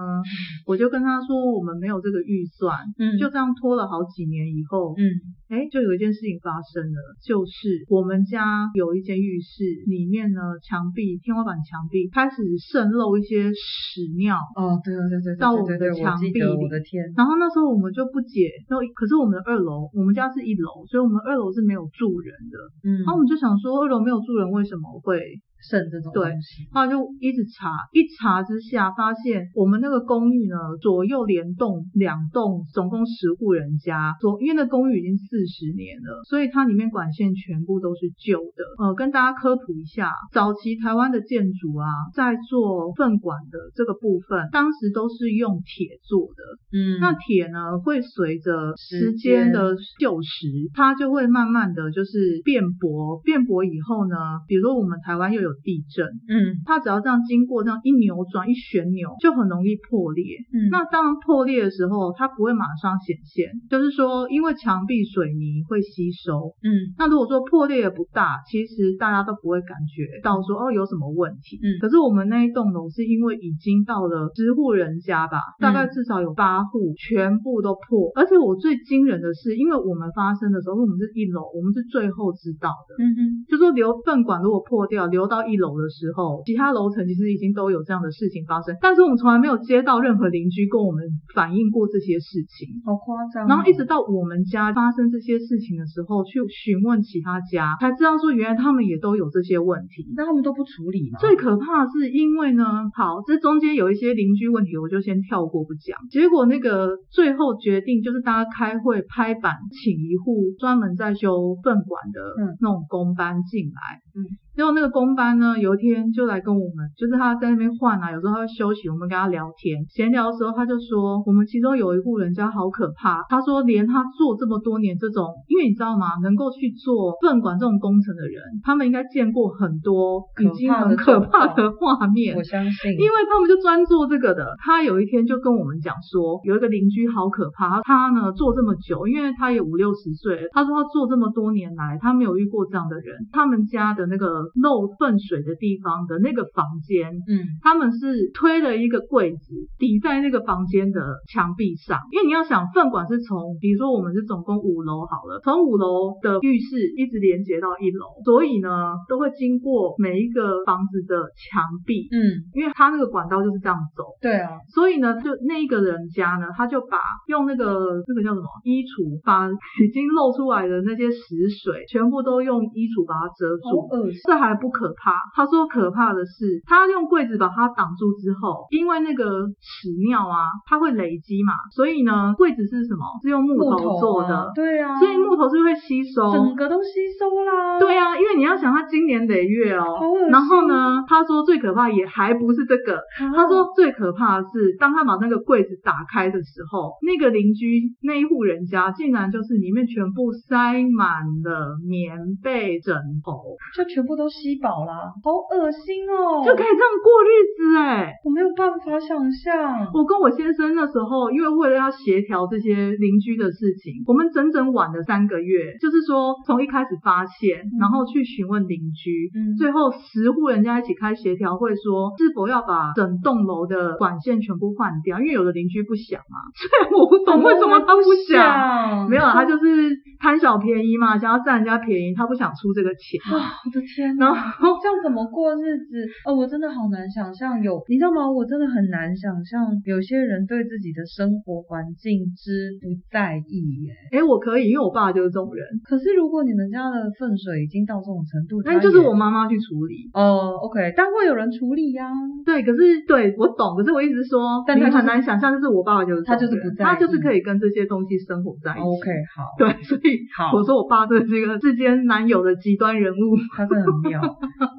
Speaker 2: 我就跟他说我们没有这个预算，
Speaker 1: 嗯
Speaker 2: 就这样拖了好几年以后，
Speaker 1: 嗯
Speaker 2: 哎，就有一件事情发生了，就是我们家有一间浴室，里面呢墙壁、天花板墙壁开始渗漏一些屎尿。
Speaker 1: 哦，对对对对
Speaker 2: 到
Speaker 1: 对对对，
Speaker 2: 我们的
Speaker 1: 我
Speaker 2: 墙
Speaker 1: 记
Speaker 2: 壁
Speaker 1: 得，
Speaker 2: 里
Speaker 1: 我的天，
Speaker 2: 然后那时候我们就不解，然后可是我们的二楼，我们家是一楼，所以我们二楼是没有住人的。
Speaker 1: 嗯
Speaker 2: 然后我们就想说，二楼没有住人为什么会？
Speaker 1: 肾这种
Speaker 2: 对
Speaker 1: 东西，
Speaker 2: 后来就一直查，一查之下发现我们那个公寓呢，左右联动两栋，总共十户人家，左因为那公寓已经四十年了，所以它里面管线全部都是旧的。呃，跟大家科普一下，早期台湾的建筑啊，在做粪管的这个部分，当时都是用铁做的，
Speaker 1: 嗯，
Speaker 2: 那铁呢，会随着
Speaker 1: 时
Speaker 2: 时
Speaker 1: 间
Speaker 2: 间的锈蚀，它就会慢慢的就是变薄。变薄以后呢，比如说我们台湾又有地震，
Speaker 1: 嗯
Speaker 2: 它只要这样经过这样一扭转一旋钮，就很容易破裂。
Speaker 1: 嗯，
Speaker 2: 那当然破裂的时候，它不会马上显现，就是说因为墙壁水泥会吸收。
Speaker 1: 嗯
Speaker 2: 那如果说破裂的不大，其实大家都不会感觉到说哦有什么问题。
Speaker 1: 嗯
Speaker 2: 可是我们那一栋楼是因为已经到了十户人家吧，大概至少有八户，全部都破。而且我最惊人的是，因为我们发生的时候，因为我们是一楼，我们是最后知道
Speaker 1: 嗯
Speaker 2: 的。
Speaker 1: 哼，
Speaker 2: 就说流粪管如果破掉，流到一楼的时候，其他楼层其实已经都有这样的事情发生，但是我们从来没有接到任何邻居跟我们反映过这些事情。
Speaker 1: 好夸张哦，
Speaker 2: 然后一直到我们家发生这些事情的时候，去询问其他家，才知道说原来他们也都有这些问题。
Speaker 1: 那他们都不处理嘛，
Speaker 2: 最可怕的是，因为呢，好，这中间有一些邻居问题，我就先跳过不讲。结果那个最后决定就是大家开会拍板，请一户专门在修粪管的
Speaker 1: 嗯
Speaker 2: 那种工班进来。
Speaker 1: 嗯，
Speaker 2: 结果那个工班呢，有一天就来跟我们，就是他在那边换啊，有时候他会休息，我们跟他聊天，闲聊的时候他就说，我们其中有一户人家好可怕，他说连他做这么多年这种，因为你知道吗，能够去做粪管这种工程的人，他们应该见过很多已经很可怕的画面
Speaker 1: 我。相信，
Speaker 2: 因为他们就专做这个的，他有一天就跟我们讲说，有一个邻居好可怕，他呢做这么久，因为他也五六十岁了，他说他做这么多年来，他没有遇过这样的人。他们家的那个漏粪水的地方的那个房间。
Speaker 1: 嗯
Speaker 2: 他们是推了一个柜子抵在那个房间的墙壁上，因为你要想粪管是从，比如说我们是总共五楼好了，从五楼的浴室一直连接到一楼，所以呢都会经过每一个房子的墙壁，
Speaker 1: 嗯，
Speaker 2: 因为他那个管道就是这样走，
Speaker 1: 对啊，
Speaker 2: 所以呢，就那一个人家呢，他就把用那个那个叫什么衣橱，把 已经漏出来的那些屎水全部都用衣橱把它遮
Speaker 1: 好
Speaker 2: 住。
Speaker 1: 恶心，
Speaker 2: 这还不可怕，他说可怕的是，他用柜子把它挡住之后，因为那个屎尿啊，它会累积嘛，所以呢，柜子是什么？是用木
Speaker 1: 木
Speaker 2: 头做
Speaker 1: 啊
Speaker 2: 的，
Speaker 1: 对啊，
Speaker 2: 所以木头是会吸收。
Speaker 1: 整个都吸收啦，
Speaker 2: 对啊，因为你要想他经年累月哦
Speaker 1: 好恶心，
Speaker 2: 然后呢，他说最可怕也还不是这个，
Speaker 1: 啊，
Speaker 2: 他说最可怕的是，当他把那个柜子打开的时候，那个邻居那一户人家竟然就是里面全部塞满了棉被、枕头，
Speaker 1: 就全部都吸饱啦，好恶心哦，
Speaker 2: 就可以这样过日子哎、
Speaker 1: 我没有办法想象，
Speaker 2: 我跟我先生那时候，因为为了要协调这些邻居的事情，我们整整晚了三个月，就是说从一开始发现，然后去询问邻居，
Speaker 1: 嗯
Speaker 2: 最后十户人家一起开协调会说，是否要把整栋楼的管线全部换掉，因为有的邻居不想 嘛。虽然我不懂为什么他哦不想，
Speaker 1: 想
Speaker 2: 没有，啊，他就是贪小便宜嘛，想要占人家便宜，他不想出这个钱。
Speaker 1: 啊，我的天
Speaker 2: 然
Speaker 1: 呐，
Speaker 2: 后
Speaker 1: 这样怎么过日子？哦，我真的好难想象有，你知道吗？我真的很难想象有些人对自己的生活环境之不在意耶。
Speaker 2: 哎、我可以，因为我爸就是这种人，
Speaker 1: 可是如果你们家的粪水已经到这种程度，
Speaker 2: 那
Speaker 1: 他
Speaker 2: 就是
Speaker 1: 也
Speaker 2: 我妈妈去处理。
Speaker 1: 哦，OK，但会有人处理呀、哦
Speaker 2: 对，可是对我懂，可是我一直说，
Speaker 1: 但他
Speaker 2: 你
Speaker 1: 就是
Speaker 2: 很难想象，就是我爸爸就是
Speaker 1: 他
Speaker 2: 这
Speaker 1: 就
Speaker 2: 种
Speaker 1: 是不
Speaker 2: 人
Speaker 1: 在
Speaker 2: 他就是
Speaker 1: 意
Speaker 2: 可以跟这些东西生活在一起。
Speaker 1: OK，好，
Speaker 2: 对，所以
Speaker 1: 好
Speaker 2: 我说我爸真的是一个世间难有的极端人物。
Speaker 1: 他真的很妙。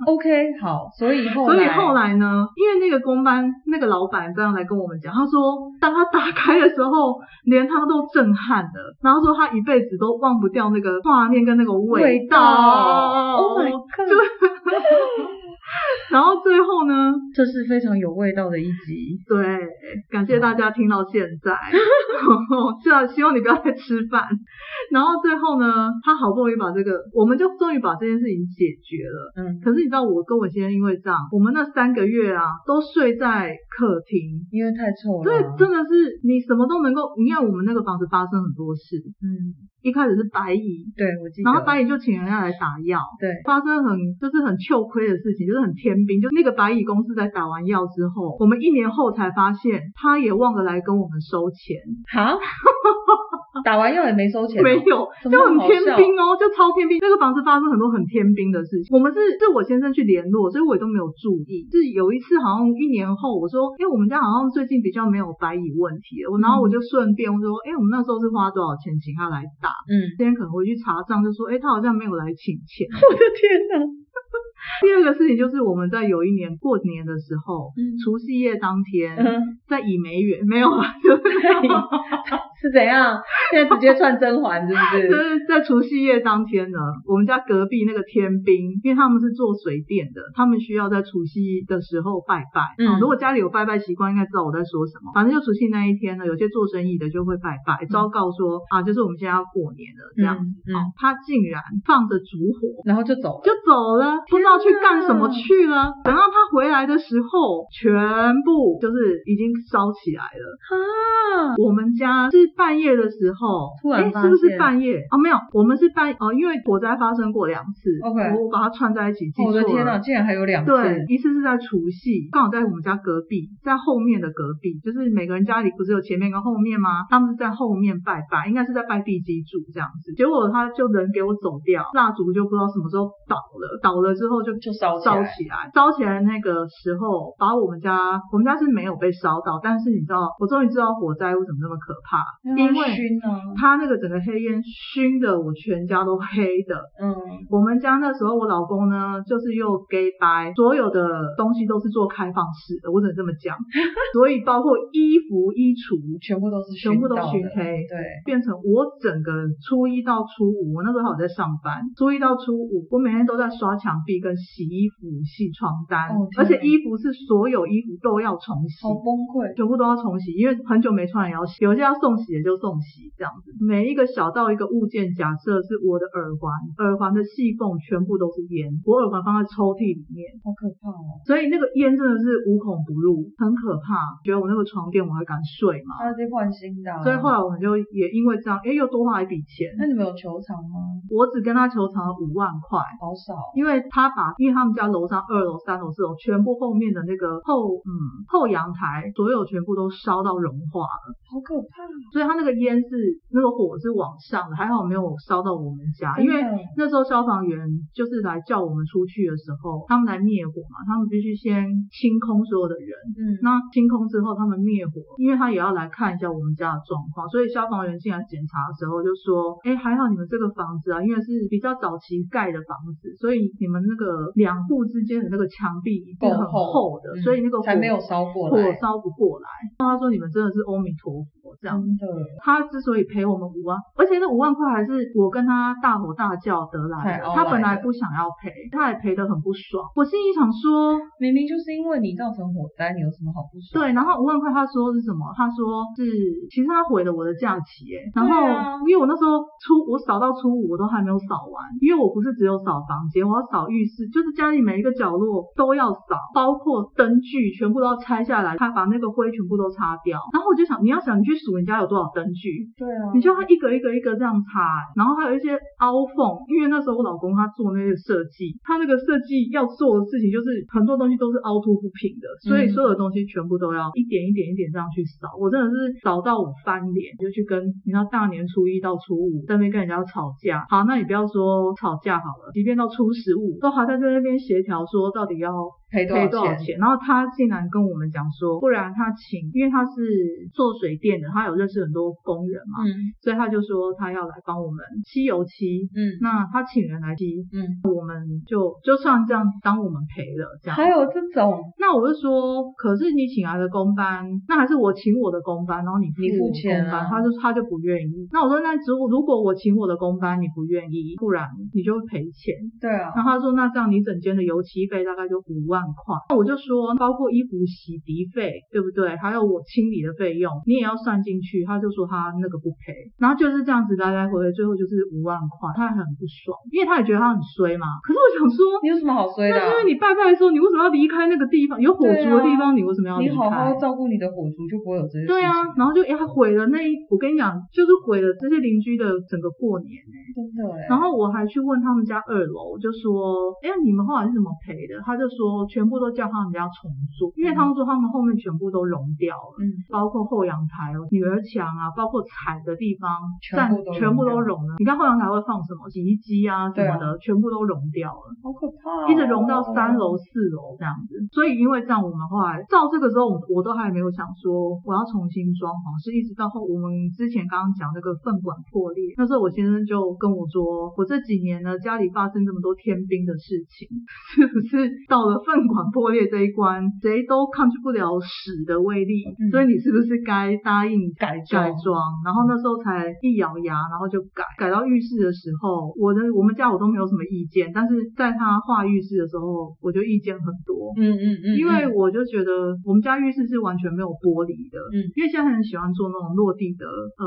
Speaker 1: OK，好，所以后
Speaker 2: 所以后来呢，因为那个公班那个老板这样来跟我们讲，他说当他打开的时候，连他都震撼了，然后说他一辈子都忘不掉那个画面跟那个
Speaker 1: 味
Speaker 2: 道。
Speaker 1: 道，Oh my god，
Speaker 2: 然后最后呢，
Speaker 1: 这是非常有味道的一集。
Speaker 2: 对，感谢大家听到现在， 然后是啊，希望你不要再吃饭。然后最后呢，他好不容易把这个，我们就终于把这件事情解决了。
Speaker 1: 嗯，
Speaker 2: 可是你知道，我跟我先生因为这样，我们那三个月啊，都睡在客厅。
Speaker 1: 因为太臭了
Speaker 2: 对
Speaker 1: 啊。，
Speaker 2: 真的是你什么都能够，因为我们那个房子发生很多事，
Speaker 1: 嗯，
Speaker 2: 一开始是白蚁，
Speaker 1: 对，我记得。
Speaker 2: 然后白蚁就请人家来打药，
Speaker 1: 对，
Speaker 2: 发生很就是很糗亏的事情，就是很天兵，就是那个白蚁公司在打完药之后，我们一年后才发现，他也忘了来跟我们收钱，
Speaker 1: 好， 打完药也没收钱哦，
Speaker 2: 没有，
Speaker 1: 怎么那
Speaker 2: 就很
Speaker 1: 么好
Speaker 2: 天
Speaker 1: 笑
Speaker 2: 兵哦，就超天兵。那个房子发生很多很天兵的事情，我们是是我先生去联络，所以我也都没有注意。是有一次好像一年后，我说，哎、我们家好像最近比较没有白蚁问题了，我然后我就顺便我说，哎、我们那时候是花多少钱请他来打？
Speaker 1: 嗯，
Speaker 2: 今天可能回去查账，就说，哎、他好像没有来请钱。
Speaker 1: 我的天哪，
Speaker 2: 第二个事情就是我们在有一年过年的时候，
Speaker 1: 嗯
Speaker 2: 除夕夜当天，
Speaker 1: 嗯，
Speaker 2: 在以梅园没有啊， 就是
Speaker 1: 是怎样？现在直接串甄嬛是不？
Speaker 2: 就是是在除夕夜当天呢，我们家隔壁那个天兵，因为他们是做水电的，他们需要在除夕的时候拜拜。
Speaker 1: 嗯
Speaker 2: 啊如果家里有拜拜习惯，应该知道我在说什么。反正就除夕那一天呢，有些做生意的就会拜拜，昭告说啊，就是我们现在要过年了这样。
Speaker 1: 嗯
Speaker 2: 好
Speaker 1: 嗯，
Speaker 2: 他竟然放着烛火
Speaker 1: 然后就走了。
Speaker 2: 就走了，不知道去干什么去了。等到他回来的时候，全部就是已经烧起来了。
Speaker 1: 啊，
Speaker 2: 我们家是半夜的时候，
Speaker 1: 突然
Speaker 2: 诶
Speaker 1: 发
Speaker 2: 是不是
Speaker 1: 现
Speaker 2: 半夜？哦，没有，我们是半哦，因为火灾发生过两次
Speaker 1: OK 哦
Speaker 2: 我我把它串在一起记
Speaker 1: 我
Speaker 2: 错
Speaker 1: 的天哪，
Speaker 2: 了。
Speaker 1: 竟然还有两次，
Speaker 2: 对，一次是在除夕，刚好在我们家隔壁，在后面的隔壁，就是每个人家里不是有前面跟后面吗？他们是在后面拜拜，应该是在拜地基主这样子。结果他就人给我走掉，蜡烛就不知道什么时候倒了，倒了之后就
Speaker 1: 就烧起
Speaker 2: 烧
Speaker 1: 来。
Speaker 2: 起来，烧起来那个时候，把我们家我们家是没有被烧到，但是你知道，我终于知道火灾为什么那么可怕，因为
Speaker 1: 熏啊，
Speaker 2: 它那个整个黑烟熏的我全家都黑的。
Speaker 1: 嗯，
Speaker 2: 我们家那时候我老公呢，就是又 gay 白，所有的东西都是做开放式的，我只能这么 讲，所以包括衣服、衣橱
Speaker 1: 全部都是
Speaker 2: 全部都
Speaker 1: 到的
Speaker 2: 熏黑
Speaker 1: 对，
Speaker 2: 变成我整个初一到初五，我那时候还有在上班，初一到初五，我每天都在刷墙壁跟洗衣服、洗床单，
Speaker 1: 哦
Speaker 2: 而
Speaker 1: 天
Speaker 2: 且
Speaker 1: 哪哦
Speaker 2: 衣服是所有衣服都要重洗。
Speaker 1: 好崩溃。
Speaker 2: 全部都要重洗，因为很久没穿也要洗，有些要送洗的就送洗，这样子。每一个小到一个物件，假设是我的耳环，耳环的细缝全部都是烟，我耳环放在抽屉里面，
Speaker 1: 好可怕哦！
Speaker 2: 所以那个烟真的是无孔不入，很可怕。觉得我那个床垫我还敢睡吗？
Speaker 1: 他直接换新的啊、
Speaker 2: 所以后来我们就也因为这样，哎，又多花一笔钱。
Speaker 1: 那你们有球场吗？
Speaker 2: 我只跟他求偿了五万块，
Speaker 1: 好少，
Speaker 2: 因为他把，因为他们家楼上二楼、三楼、四楼全部后面的那个后，嗯，后阳台所有全部都烧到融化了，
Speaker 1: 好可怕。
Speaker 2: 所以他那个烟是那个火是往上的，还好没有烧到我们家，因为。
Speaker 1: 真的
Speaker 2: 那时候消防员就是来叫我们出去的时候，他们来灭火嘛，他们必须先清空所有的人，
Speaker 1: 嗯，
Speaker 2: 那清空之后，他们灭火，因为他也要来看一下我们家的状况，所以消防员进来检查的时候就说：“哎，还好你们这个房子啊，因为是比较早期盖的房子，所以你们那个两户之间的那个墙壁一定很厚的，
Speaker 1: 嗯
Speaker 2: 所以那个火
Speaker 1: 才没有烧过
Speaker 2: 火
Speaker 1: 来，
Speaker 2: 烧不过来。”他说：“你们真的是阿弥陀佛这样。
Speaker 1: 真的
Speaker 2: 他之所以赔我们五万，而且那五万块还是我跟他大吼大叫得来
Speaker 1: 才
Speaker 2: 的，
Speaker 1: 熬
Speaker 2: 他本
Speaker 1: 来
Speaker 2: 来
Speaker 1: 的
Speaker 2: 不想要赔，他也赔得很不爽。我心里想说，
Speaker 1: 明明就是因为你造成火灾，你有什么好不爽？
Speaker 2: 对，然后五万块他说是什么？他说是，其实他毁了我的假期哎。然后、
Speaker 1: 对啊
Speaker 2: 因为我那时候初我扫到初五我都还没有扫完，因为我不是只有扫房间，我要扫浴室，就是家里每一个角落都要扫，包括灯具全部都要拆下来，他把那个灰全部都擦掉。然后我就想，你要想你去数你家有多少灯具，
Speaker 1: 对啊，
Speaker 2: 你叫他一个一个一个这样擦欸，然后还有一些凹缝，因为那时候我老公他做那个设计，他那个设计要做的事情就是很多东西都是凹凸不平的，所以
Speaker 1: 嗯
Speaker 2: 所有的东西全部都要一点一点一点这样去扫。我真的是扫到我翻脸，就去跟你知道大年初一到初五在那边跟人家吵架。好，那你不要说吵架好了，即便到初十五都还在那边协调说到底要
Speaker 1: 赔多
Speaker 2: 赔多
Speaker 1: 少
Speaker 2: 少
Speaker 1: 钱？
Speaker 2: 钱？然后他竟然跟我们讲说，不然他请，因为他是做水电的，他有认识很多工人嘛，
Speaker 1: 嗯
Speaker 2: 所以他就说他要来帮我们漆油漆。
Speaker 1: 嗯
Speaker 2: 那他请人来漆，
Speaker 1: 嗯，
Speaker 2: 就就算这样当我们赔了这样。
Speaker 1: 还有这种
Speaker 2: 那我就说，可是你请来的工班，那还是我请我的工班，然后你
Speaker 1: 你付
Speaker 2: 付我工
Speaker 1: 钱啊
Speaker 2: 班，他就他就不愿意。那我说，那如果如果我请我的工班，你不愿意，不然你就赔钱。
Speaker 1: 对啊，
Speaker 2: 然后他说，那这样你整间的油漆费大概就五万块。那我就说，包括衣服洗涤费，对不对？还有我清理的费用，你也要算进去。他就说他那个不赔，然后就是这样子来来回回，最后就是五万块，他很不爽，因为他也觉得他很衰嘛。可是我想说，
Speaker 1: 你有什么好衰的、
Speaker 2: 但
Speaker 1: 啊
Speaker 2: 是？因为你拜拜的时候，你为什么要离开那个地方？有火烛的地
Speaker 1: 对啊
Speaker 2: 方，你为什么要离
Speaker 1: 你
Speaker 2: 开？
Speaker 1: 好好照顾你的火烛，就不会有这些事情。
Speaker 2: 对啊，然后就呀毁了那一，我跟你讲，就是毁了这些邻居的整个过年欸、
Speaker 1: 真的哎。
Speaker 2: 然后我还去问他们家二楼，我就说，哎、你们后来是怎么赔的？他就说全部都叫他们家重做，因为他们说他们后面全部都融掉了。
Speaker 1: 嗯，
Speaker 2: 包括后阳台哦、女儿墙啊，包括踩的地方，
Speaker 1: 全部
Speaker 2: 站
Speaker 1: 都
Speaker 2: 全部
Speaker 1: 融
Speaker 2: 都
Speaker 1: 掉
Speaker 2: 融了。你看后阳台会放什么洗衣机啊什
Speaker 1: 对啊
Speaker 2: 么的，全部都融掉了。
Speaker 1: 好可怕、哦，
Speaker 2: 一直融到三楼、四楼这样子。所以因为这样，我们后来照这个时候，我我都还没有想说我要重新装潢，是一直到后我们之前刚刚讲那个粪管破裂，那时候我先生就跟我说，我这几年呢家里发生这么多天兵的事情， 是不是到了粪管破裂这一关，谁都抗拒不了屎的威力，
Speaker 1: 嗯
Speaker 2: 所以你是不是该答应
Speaker 1: 改
Speaker 2: 改
Speaker 1: 装
Speaker 2: 装，然后那时候才一咬牙，然后就改。改到浴室的时候，我的我们家我都没有什么意见，但是在他画浴室的时候，我就意见很多。
Speaker 1: 嗯嗯嗯，
Speaker 2: 因为
Speaker 1: 嗯
Speaker 2: 我就觉得我们家浴室是完全没有玻璃的，
Speaker 1: 嗯
Speaker 2: 因为现在很喜欢做那种落地的呃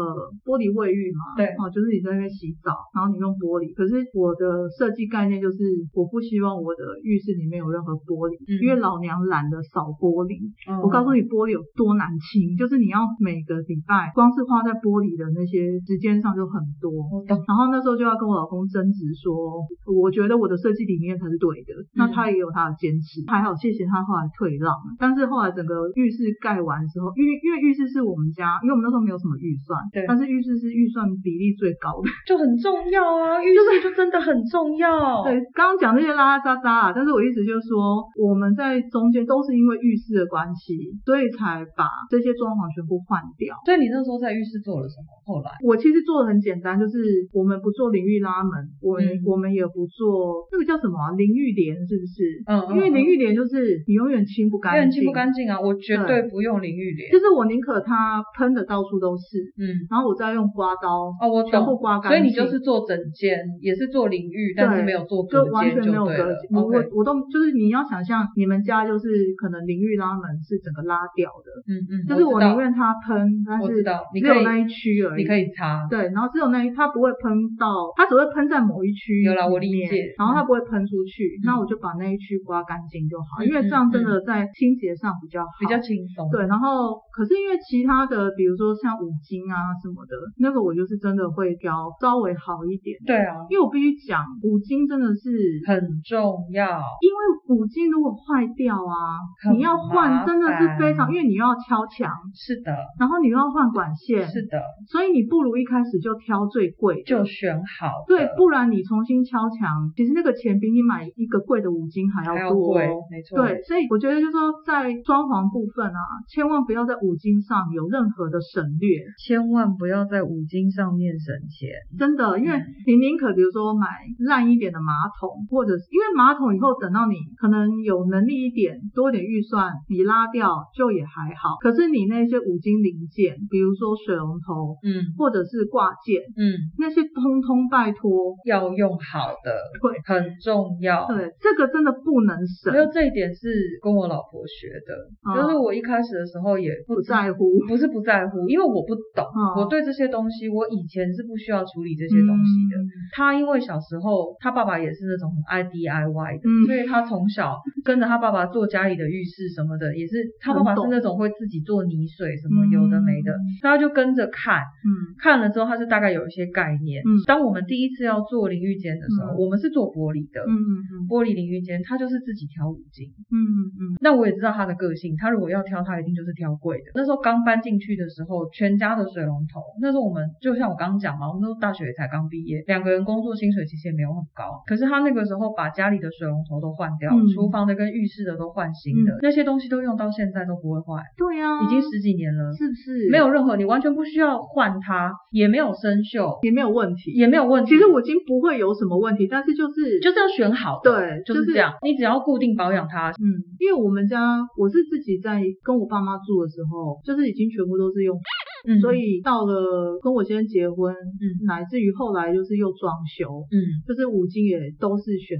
Speaker 2: 玻璃卫浴嘛，
Speaker 1: 对
Speaker 2: 哦，就是你在那边洗澡，然后你用玻璃。可是我的设计概念就是，我不希望我的浴室里面有任何玻璃，
Speaker 1: 嗯
Speaker 2: 因为老娘懒得扫玻璃，
Speaker 1: 嗯
Speaker 2: 我告诉你玻璃有多难清，就是你要每个礼拜光是花在玻璃的那些时间上就很多。
Speaker 1: 我哦懂，
Speaker 2: 然后那时候就要跟我老公争执说，我觉得我的设计理念才是对的。
Speaker 1: 嗯
Speaker 2: 那他也有他的坚持，还好谢谢他后来退让。但是后来整个浴室盖完之后，因为因为浴室是我们家，因为我们那时候没有什么预算，
Speaker 1: 对
Speaker 2: 但是浴室是预算比例最高的。
Speaker 1: 就很重要啊，浴室就真的很重要。
Speaker 2: 对，刚刚讲这些拉拉杂杂啊，但是我一直就说，我们在中间都是因为浴室的关系，所以才把这些装潢全部换掉。
Speaker 1: 所以你那时候在浴室做了什么？后来
Speaker 2: 我其实做的很简单，就是我们不做淋浴拉门，我们、
Speaker 1: 嗯
Speaker 2: 我们也不做那个叫什么啊、淋浴帘，是不是？
Speaker 1: 嗯嗯
Speaker 2: 因为
Speaker 1: 嗯
Speaker 2: 淋浴帘就是你永远清不
Speaker 1: 因为
Speaker 2: 干
Speaker 1: 很
Speaker 2: 净，
Speaker 1: 清不干净啊，我绝对不用淋浴帘。
Speaker 2: 就是我宁可它喷的到处都是，
Speaker 1: 嗯，
Speaker 2: 然后我再用刮刀
Speaker 1: 哦，我
Speaker 2: 全
Speaker 1: 懂。
Speaker 2: 部刮干
Speaker 1: 所以你
Speaker 2: 净。
Speaker 1: 就是做整间，也是做淋浴，但是
Speaker 2: 对
Speaker 1: 没有做
Speaker 2: 就
Speaker 1: 隔
Speaker 2: 完
Speaker 1: 间
Speaker 2: 全
Speaker 1: 就
Speaker 2: 没有
Speaker 1: 对
Speaker 2: 隔
Speaker 1: 了
Speaker 2: 间，。我
Speaker 1: OK，
Speaker 2: 我都就是你要想象你们家就是可能淋浴拉门是整个拉掉的，
Speaker 1: 嗯嗯，
Speaker 2: 就是我
Speaker 1: 我知道
Speaker 2: 宁愿它喷，但
Speaker 1: 我知
Speaker 2: 是
Speaker 1: 道你
Speaker 2: 只
Speaker 1: 可以
Speaker 2: 有那一区而已。
Speaker 1: 你可以擦，
Speaker 2: 对，然后只有那一它不会喷到，它只会喷在某一区。
Speaker 1: 有啦我理解
Speaker 2: 然后它不会喷出去
Speaker 1: 嗯，
Speaker 2: 那我就把那一区刮干净就好，
Speaker 1: 嗯
Speaker 2: 因为这样真的在清洁上比较好。
Speaker 1: 比较轻松。
Speaker 2: 对，然后可是因为其他的，比如说像五金啊什么的，那个我就是真的会挑稍微好一点，
Speaker 1: 对啊，
Speaker 2: 因为我必须讲五金真的是
Speaker 1: 很重要。
Speaker 2: 因为五金如果坏掉啊
Speaker 1: 很，
Speaker 2: 你要
Speaker 1: 麻
Speaker 2: 换真的是非
Speaker 1: 烦
Speaker 2: 常，因为你又要敲墙，
Speaker 1: 是的，
Speaker 2: 然后你又要换管线，
Speaker 1: 是的，
Speaker 2: 所以你不如一开始就挑最贵的。
Speaker 1: 就选好的。
Speaker 2: 对，不然你重新敲墙，其实那个钱比你买一个贵的五金还
Speaker 1: 还
Speaker 2: 要
Speaker 1: 要
Speaker 2: 多哦、
Speaker 1: 贵，没错。
Speaker 2: 对，所以我觉得就是说，在装潢部分啊，千万不要在五金上有任何的省略，
Speaker 1: 千万不要在五金上面省钱。
Speaker 2: 真的，因为你宁可比如说买烂一点的马桶，或者是因为马桶以后等到你可能有能力一点，多点预算，你拉掉就也还好。可是你那些五金零件，比如说水龙头
Speaker 1: 嗯
Speaker 2: 或者是挂件，
Speaker 1: 嗯，
Speaker 2: 那些通通拜托，
Speaker 1: 要用好的，
Speaker 2: 对
Speaker 1: 很重要。。
Speaker 2: 对，这个真的不能省
Speaker 1: 因。为这一点是跟我老婆学的，
Speaker 2: 嗯
Speaker 1: 就是我一开始的时候也
Speaker 2: 不
Speaker 1: 知
Speaker 2: 在乎。
Speaker 1: 不是不在乎，因为我不懂，
Speaker 2: 嗯
Speaker 1: 我对这些东西，我以前是不需要处理这些东西的。他因为小时候他爸爸也是那种很爱 DIY 的，
Speaker 2: 嗯
Speaker 1: 所以他从小跟着他爸爸做家里的浴室什么的，也是他爸爸是
Speaker 2: 很懂
Speaker 1: 那种会自己做泥水什么有的没的，所以他就跟着看，
Speaker 2: 嗯
Speaker 1: 看了之后他是大概有一些概念。
Speaker 2: 嗯
Speaker 1: 当我们第一次要做淋浴间的时候，
Speaker 2: 嗯
Speaker 1: 我们是做玻璃的，
Speaker 2: 嗯嗯
Speaker 1: 玻璃淋浴间，他就是自己挑五金。
Speaker 2: 嗯嗯
Speaker 1: 那我也知道他的个性，他如果要挑，他一定就是挑贵的。那时候刚搬进去的时候，全家的水龙头，那时候我们就像我刚刚讲嘛，我们那时候大学也才刚毕业，两个人工作薪水其实也没有很高，可是他那个时候把家里的水龙头都换掉，
Speaker 2: 嗯
Speaker 1: 厨房的跟浴室的都换新的，那些东西都用到现在都不会坏，
Speaker 2: 对呀、
Speaker 1: 已经十几年了，
Speaker 2: 哦是不是
Speaker 1: 没有任何你完全不需要换它，也没有生锈，
Speaker 2: 也没有问题。
Speaker 1: 也没有问题。
Speaker 2: 其实我已经不会有什么问题，但是就是
Speaker 1: 就是要选好的，
Speaker 2: 对
Speaker 1: 就
Speaker 2: 就是是
Speaker 1: 这样。你只要固定保养它，
Speaker 2: 嗯，因为我们家我是自己在跟我爸妈住的时候，就是已经全部都是用，
Speaker 1: 嗯，
Speaker 2: 所以到了跟我先生结婚，
Speaker 1: 嗯
Speaker 2: 乃至于后来就是又装修，
Speaker 1: 嗯，
Speaker 2: 就是五金也都是选，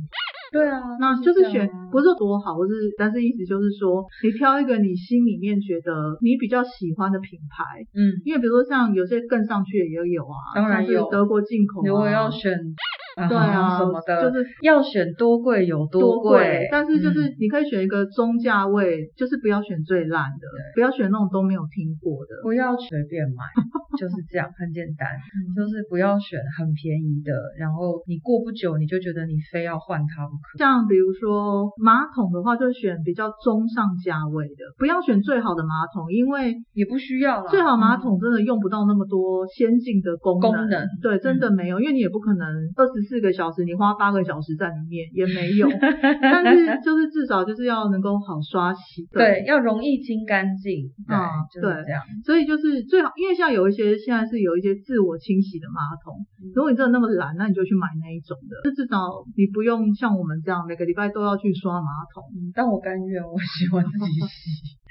Speaker 1: 对啊，
Speaker 2: 那就是
Speaker 1: 这样
Speaker 2: 选
Speaker 1: 啊
Speaker 2: 不是多好，或是但是意思就是说，你挑一个你心里面觉得你比较喜欢的品牌，
Speaker 1: 嗯，
Speaker 2: 因为比如说像有些更上去的也有啊，
Speaker 1: 当然
Speaker 2: 像是
Speaker 1: 有
Speaker 2: 德国进口、啊，
Speaker 1: 如果要选，啊
Speaker 2: 对啊
Speaker 1: 什么的，
Speaker 2: 就是
Speaker 1: 要选多贵有
Speaker 2: 多
Speaker 1: 贵
Speaker 2: 贵，，但是就是
Speaker 1: 嗯
Speaker 2: 你可以选一个中价位，就是不要选最烂的，不要选那种都没有听过的。
Speaker 1: 不要随便 买，就是这样，很简单，
Speaker 2: 嗯
Speaker 1: 就是不要选很便宜的，然后你过不久你就觉得你非要换它不可。
Speaker 2: 像比如说马桶的话，就选比较中上价位的，不要选最好的马桶，因为
Speaker 1: 也不需要啦。
Speaker 2: 最好马
Speaker 1: 嗯
Speaker 2: 桶真的用不到那么多先进的功能，
Speaker 1: 功能嗯
Speaker 2: 对，真的没有，因为你也不可能二十四个小时你花八个小时在里面也没 有，但是就是至少就是要能够好刷洗，
Speaker 1: 对，要容易清干净，对，
Speaker 2: 嗯
Speaker 1: 就是
Speaker 2: 对
Speaker 1: 这样，
Speaker 2: 所以就是最好，因为像有一些现在是有一些自我清洗的马桶，
Speaker 1: 嗯
Speaker 2: 如果你真的那么懒，那你就去买那一种的，就至少你不用像我们这样每个礼拜都要去刷马桶。
Speaker 1: 嗯但我甘愿，我喜欢自己洗。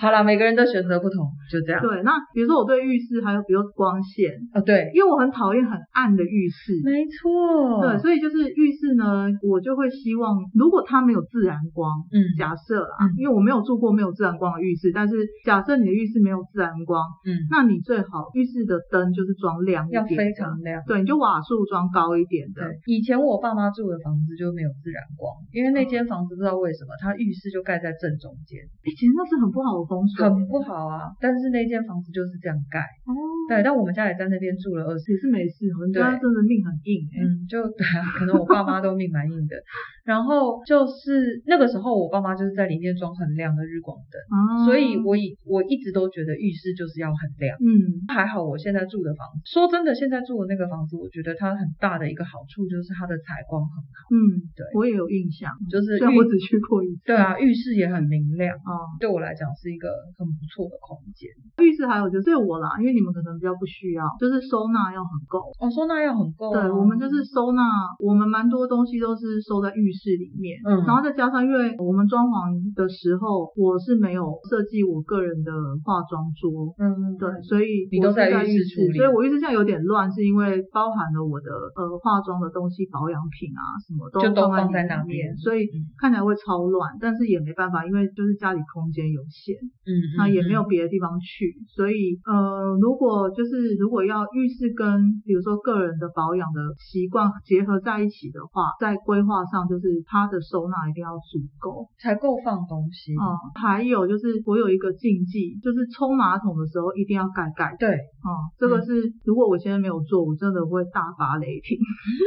Speaker 1: 好啦，每个人的选择不同，就这样。
Speaker 2: 对，那比如说我对浴室还有比如说光线，
Speaker 1: 啊，对，
Speaker 2: 因为我很讨厌很暗的浴室。
Speaker 1: 没错，
Speaker 2: 对，所以就是浴室呢，我就会希望，如果它没有自然光，
Speaker 1: 嗯，
Speaker 2: 假设啦，
Speaker 1: 嗯
Speaker 2: 因为我没有住过没有自然光的浴室，但是假设你的浴室没有自然光，
Speaker 1: 嗯，
Speaker 2: 那你最好浴室的灯就是装亮一
Speaker 1: 要
Speaker 2: 点啊的，
Speaker 1: 非常亮。
Speaker 2: 对，你就瓦数装高一点的，
Speaker 1: 对，以前我爸妈住的房子就没有自然光，因为那间房子不知道为什么，它浴室就盖在正中间，
Speaker 2: 哎、其实那是很不好的风水，
Speaker 1: 很不好啊。但是那间房子就是这样盖，
Speaker 2: 哦，
Speaker 1: 对。但我们家也在那边住了二十，
Speaker 2: 也是没事，我们家
Speaker 1: 对
Speaker 2: 真的命很硬哎、
Speaker 1: 嗯，就对啊，可能我爸妈都命蛮硬的。然后就是那个时候，我爸妈就是在里面装很亮的日光灯，
Speaker 2: 啊
Speaker 1: 所以我以我一直都觉得浴室就是要很亮。
Speaker 2: 嗯
Speaker 1: 还好我现在住的房子，说真的，现在住的那个房子，我觉得它很大的一个好处就是它的采光很好，
Speaker 2: 嗯，
Speaker 1: 对
Speaker 2: 我也有印象，
Speaker 1: 就是
Speaker 2: 虽然
Speaker 1: 浴
Speaker 2: 我只去过一次，
Speaker 1: 对啊，浴室也很明亮，
Speaker 2: 哦，
Speaker 1: 对我来讲是一个很不错的空间。
Speaker 2: 浴室还有就是对我啦，因为你们可能比较不需要，就是收纳要很够。
Speaker 1: 哦，收纳要很够、啊。
Speaker 2: 对，我们就是收纳，我们蛮多东西都是收在浴室里面，
Speaker 1: 嗯
Speaker 2: 然后再加上，因为我们装潢的时候，我是没有设计我个人的化妆桌，
Speaker 1: 嗯，
Speaker 2: 对，所以
Speaker 1: 你都
Speaker 2: 我是
Speaker 1: 在
Speaker 2: 在
Speaker 1: 浴
Speaker 2: 浴
Speaker 1: 室处理
Speaker 2: 所以我浴室现在有点乱，是因为包含了我的呃化妆的东西、保养品啊什么都
Speaker 1: 就都
Speaker 2: 放
Speaker 1: 放在那
Speaker 2: 里面
Speaker 1: 边
Speaker 2: 所以
Speaker 1: 嗯
Speaker 2: 看起来会超乱，但是也没办法，因为就是家里空间有限，
Speaker 1: 嗯，
Speaker 2: 那也没有
Speaker 1: 嗯
Speaker 2: 别的地方去，所以呃，如果就是如果要浴室跟比如说个人的保养的习惯结合在一起的话，在规划上就是它的收纳一定要足够。
Speaker 1: 才够放东西。
Speaker 2: 嗯，还有就是我有一个禁忌，就是冲马桶的时候一定要盖盖。
Speaker 1: 对，
Speaker 2: 嗯，这个是如果我现在没有做，我真的会大发雷 霆。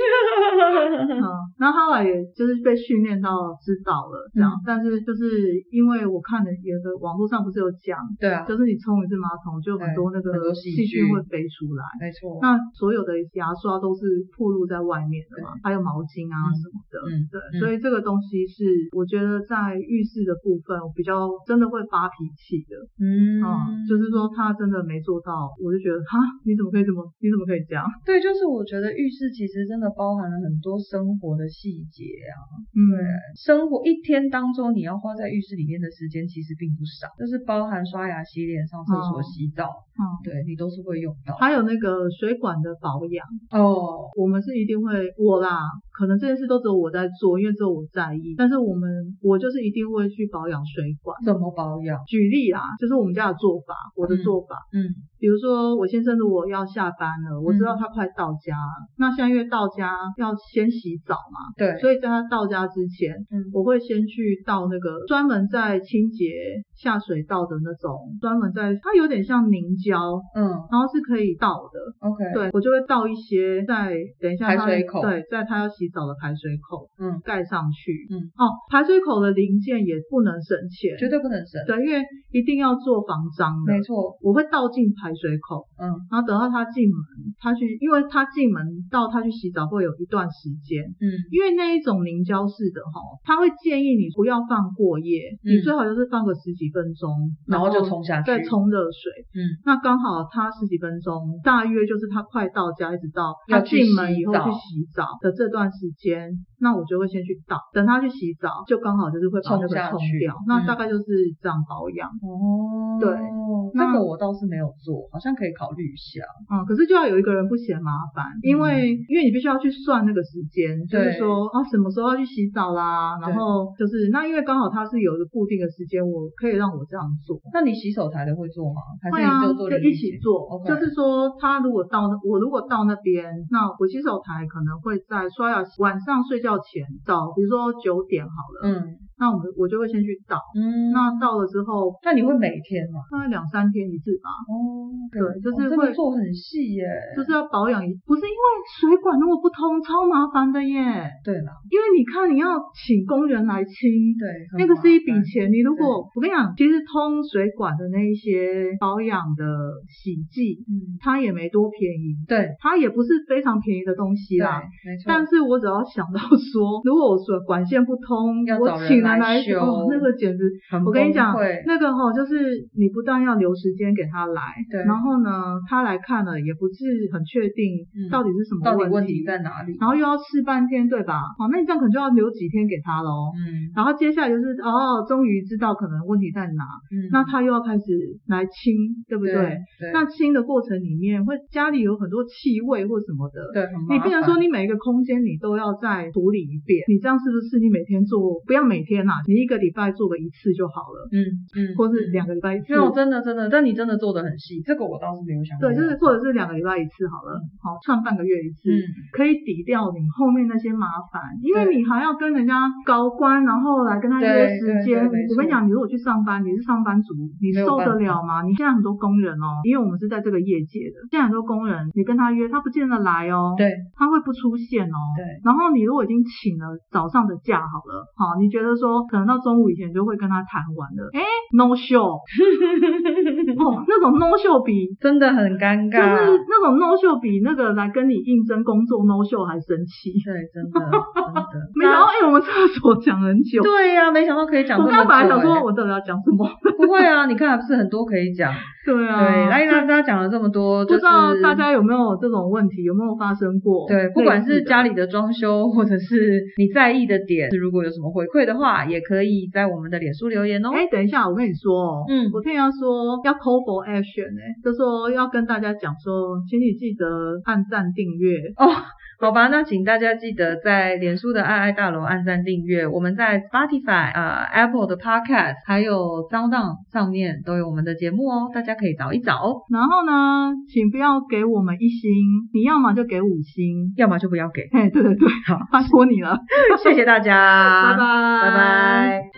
Speaker 2: 嗯，那后来也就是被训练到知道了这样，
Speaker 1: 嗯
Speaker 2: 但是就是因为我看了有个网络上不是有讲。
Speaker 1: 对啊，
Speaker 2: 就是你冲一次马桶，就很多那
Speaker 1: 很多
Speaker 2: 个
Speaker 1: 细
Speaker 2: 细菌
Speaker 1: 菌
Speaker 2: 会飞出来。
Speaker 1: 没错。
Speaker 2: 那所有的牙刷都是暴露在外面的嘛，还有毛巾啊
Speaker 1: 嗯
Speaker 2: 什么的。
Speaker 1: 嗯
Speaker 2: 对，
Speaker 1: 嗯
Speaker 2: 所以这个东西是我觉得在浴室的部分，我比较真的会发脾气的。
Speaker 1: 嗯
Speaker 2: 嗯，就是说他真的没做到，我就觉得哈，你怎么可以这么，你怎么可以这样？
Speaker 1: 对，就是我觉得浴室其实真的包含了很多生活的细节啊。
Speaker 2: 嗯，
Speaker 1: 对，生活一天当中你要花在浴室里面的时间其实并不少，就是包含刷牙、洗脸、上厕所、
Speaker 2: 哦
Speaker 1: 洗澡，
Speaker 2: 嗯。
Speaker 1: 对你都是会用到。
Speaker 2: 还有那个水管的保养，
Speaker 1: 哦，
Speaker 2: 我们是一定会我啦，可能这件事都只有我在做，因为只有我在意。但是我们我就是一定会去保养水管。
Speaker 1: 怎么保养？
Speaker 2: 举例啦，就是我们家的做法，我的做法，
Speaker 1: 嗯
Speaker 2: 比如说我先生如果要下班了，我知道他快到家了，那现在因为到家要先洗澡嘛，，
Speaker 1: 对，
Speaker 2: 所以在他到家之前，
Speaker 1: 嗯
Speaker 2: 我会先去到那个专门在清洁下水道的那种，专门在它有点像凝胶。
Speaker 1: 嗯
Speaker 2: 然后是可以倒的，
Speaker 1: ，OK，
Speaker 2: 对我就会倒一些在等一下他
Speaker 1: 排水口
Speaker 2: 对，在他要洗洗澡的排水口，
Speaker 1: 嗯，
Speaker 2: 盖上去，
Speaker 1: 嗯，
Speaker 2: 哦，排水口的零件也不能省钱，
Speaker 1: 绝对不能省。
Speaker 2: 对，因为一定要做防脏的
Speaker 1: 没。错，
Speaker 2: 我会倒进排水口，
Speaker 1: 嗯
Speaker 2: 然后等到他进门，他去，因为他进门到他去洗澡会有一段时间，
Speaker 1: 嗯
Speaker 2: 因为那一种凝胶式的哈，他会建议你不要放过夜，
Speaker 1: 嗯
Speaker 2: 你最好就是放个十几分钟，
Speaker 1: 然后就冲下去
Speaker 2: 再冲热水。
Speaker 1: 嗯，
Speaker 2: 那刚好他十几分钟，大约就是他快到家，一直到
Speaker 1: 要
Speaker 2: 他
Speaker 1: 去
Speaker 2: 进门以后
Speaker 1: 洗澡
Speaker 2: 去洗澡的这段时间，那我就会先去倒，等他去洗澡，就刚好就是会把那
Speaker 1: 冲
Speaker 2: 个
Speaker 1: 下
Speaker 2: 冲
Speaker 1: 去
Speaker 2: 掉
Speaker 1: 嗯。
Speaker 2: 那大概就是这样保养，
Speaker 1: 哦，
Speaker 2: 对，
Speaker 1: 这
Speaker 2: 那
Speaker 1: 个我倒是没有做，好像可以考虑一下。
Speaker 2: 嗯，可是就要有一个人不嫌麻烦，因为、因为你必须要去算那个时间，就
Speaker 1: 嗯对
Speaker 2: 是说啊什么时候要去洗澡啦，然
Speaker 1: 对
Speaker 2: 后就是那因为刚好他是有一个固定的时间，我可以让我这样做。
Speaker 1: 那你洗手台的会做吗？还
Speaker 2: 会
Speaker 1: 是你
Speaker 2: 啊，
Speaker 1: 就做淋浴
Speaker 2: 一起
Speaker 1: 间？
Speaker 2: 做
Speaker 1: OK
Speaker 2: 就是说他如果到那我如果到那边，那我洗手台可能会在刷牙晚上睡觉前到，比如说九点好了，
Speaker 1: 嗯
Speaker 2: 那我们我就会先去倒，
Speaker 1: 嗯，
Speaker 2: 那到了之后
Speaker 1: 那你会每天吗？
Speaker 2: 大概两三天一次吧，
Speaker 1: 哦，
Speaker 2: 对就是
Speaker 1: 哦真的
Speaker 2: 会
Speaker 1: 做很细耶，
Speaker 2: 就是要保养一，不是因为水管如果不通超麻烦的耶。
Speaker 1: 对啦，
Speaker 2: 因为你看，你要请工人来清，
Speaker 1: 对，很
Speaker 2: 那个是一笔
Speaker 1: 麻烦
Speaker 2: 钱。你如果我跟你讲，其实通水管的那一些保养的洗剂，
Speaker 1: 嗯，
Speaker 2: 它也没多便宜，
Speaker 1: 对，
Speaker 2: 它也不是非常便宜的东西
Speaker 1: 对，
Speaker 2: 啦。
Speaker 1: 没错，
Speaker 2: 但是我只要想到说， 如果我水管线不通
Speaker 1: 要，找
Speaker 2: 我
Speaker 1: 人
Speaker 2: 请
Speaker 1: 来
Speaker 2: 人来
Speaker 1: 修
Speaker 2: 哦，那个简直，
Speaker 1: 很
Speaker 2: 我跟你讲
Speaker 1: 崩溃，
Speaker 2: 那个哈、就是你不但要留时间给他来，
Speaker 1: 对
Speaker 2: 然后呢，他来看了也不是很确定
Speaker 1: 嗯
Speaker 2: 到底是什么
Speaker 1: 到底
Speaker 2: 问
Speaker 1: 问题在哪里？
Speaker 2: 然后又要试半天，对吧？好，那你这样可能就要留几天给他喽。
Speaker 1: 嗯
Speaker 2: 然后接下来就是哦，终于知道可能问题在哪，
Speaker 1: 嗯，
Speaker 2: 那他又要开始来清，对不对？
Speaker 1: 对对
Speaker 2: 那清的过程里面，会家里有很多气味或什么的。
Speaker 1: 对很麻
Speaker 2: 你
Speaker 1: 烦，
Speaker 2: 变成说你每一个空间你都要再处理一遍，你这样是不是？你每天做不要每天啦、你一个礼拜做个一次就好了，
Speaker 1: 嗯嗯，
Speaker 2: 或是
Speaker 1: 嗯
Speaker 2: 两个礼拜一次。
Speaker 1: 没有，真的真的，但你真的做的很细，这个我倒是没有想过。
Speaker 2: 对，就是或者是两个礼拜一次好了，好算半个月一次。
Speaker 1: 嗯，
Speaker 2: 可以抵掉你后面那些麻烦，因为
Speaker 1: 对
Speaker 2: 你还要跟人家高官，然后来跟他约
Speaker 1: 对
Speaker 2: 时间
Speaker 1: 对对没。错
Speaker 2: 我跟你讲，你如果去上班，你是上班族，你
Speaker 1: 没有
Speaker 2: 受
Speaker 1: 办法
Speaker 2: 得了吗？你现在很多工人哦，因为我们是在这个业界的，现在很多工人，你跟他约，他不见得来哦，
Speaker 1: 对
Speaker 2: 他会不出现哦。
Speaker 1: 对，
Speaker 2: 然后你如果已经请了早上的假好了，好，你觉得说可能到中午以前就会跟他谈完了，哎，no show，哦，那种 no show 比
Speaker 1: 真的很尴
Speaker 2: 就是
Speaker 1: 尬。
Speaker 2: 那种 no show 比那个来跟你应征工作 no show 还生气。
Speaker 1: 对，真的真的。
Speaker 2: 没想到，哎、我们厕所讲很久。
Speaker 1: 对呀、没想到可以讲这
Speaker 2: 我
Speaker 1: 么
Speaker 2: 刚刚
Speaker 1: 久、
Speaker 2: 本来
Speaker 1: 欸。
Speaker 2: 想说，我到底要讲 什么？
Speaker 1: 不会啊，你看还不是很多可以讲。
Speaker 2: 对啊，
Speaker 1: 对，来，大家讲了这么多，
Speaker 2: 不
Speaker 1: 就
Speaker 2: 知道
Speaker 1: 是
Speaker 2: 大家有没有这种问题，有没有发生过？
Speaker 1: 对，不管
Speaker 2: 类
Speaker 1: 是
Speaker 2: 似的
Speaker 1: 家里的装修，或者是你在意的点，如果有什么回馈的话，也可以在我们的脸书留言哦。
Speaker 2: 哎、等一下，我跟你说哦，
Speaker 1: 嗯
Speaker 2: 我听人家说要 call for action 哎、就说要跟大家讲说，请你记得按赞订阅。
Speaker 1: 哦，好吧，那请大家记得在脸书的爱爱大楼按赞订阅，我们在 Spotify、呃 Apple 的 Podcast 还有 Sound On 上面都有我们的节目哦，大家可以找一找哦，
Speaker 2: 然后呢，请不要给我们一星，你要么就给五星。
Speaker 1: 要么就不要给。
Speaker 2: 哎，对对对，
Speaker 1: 好，
Speaker 2: 拜托你了，
Speaker 1: 谢谢大家，
Speaker 2: 拜拜，
Speaker 1: 拜拜。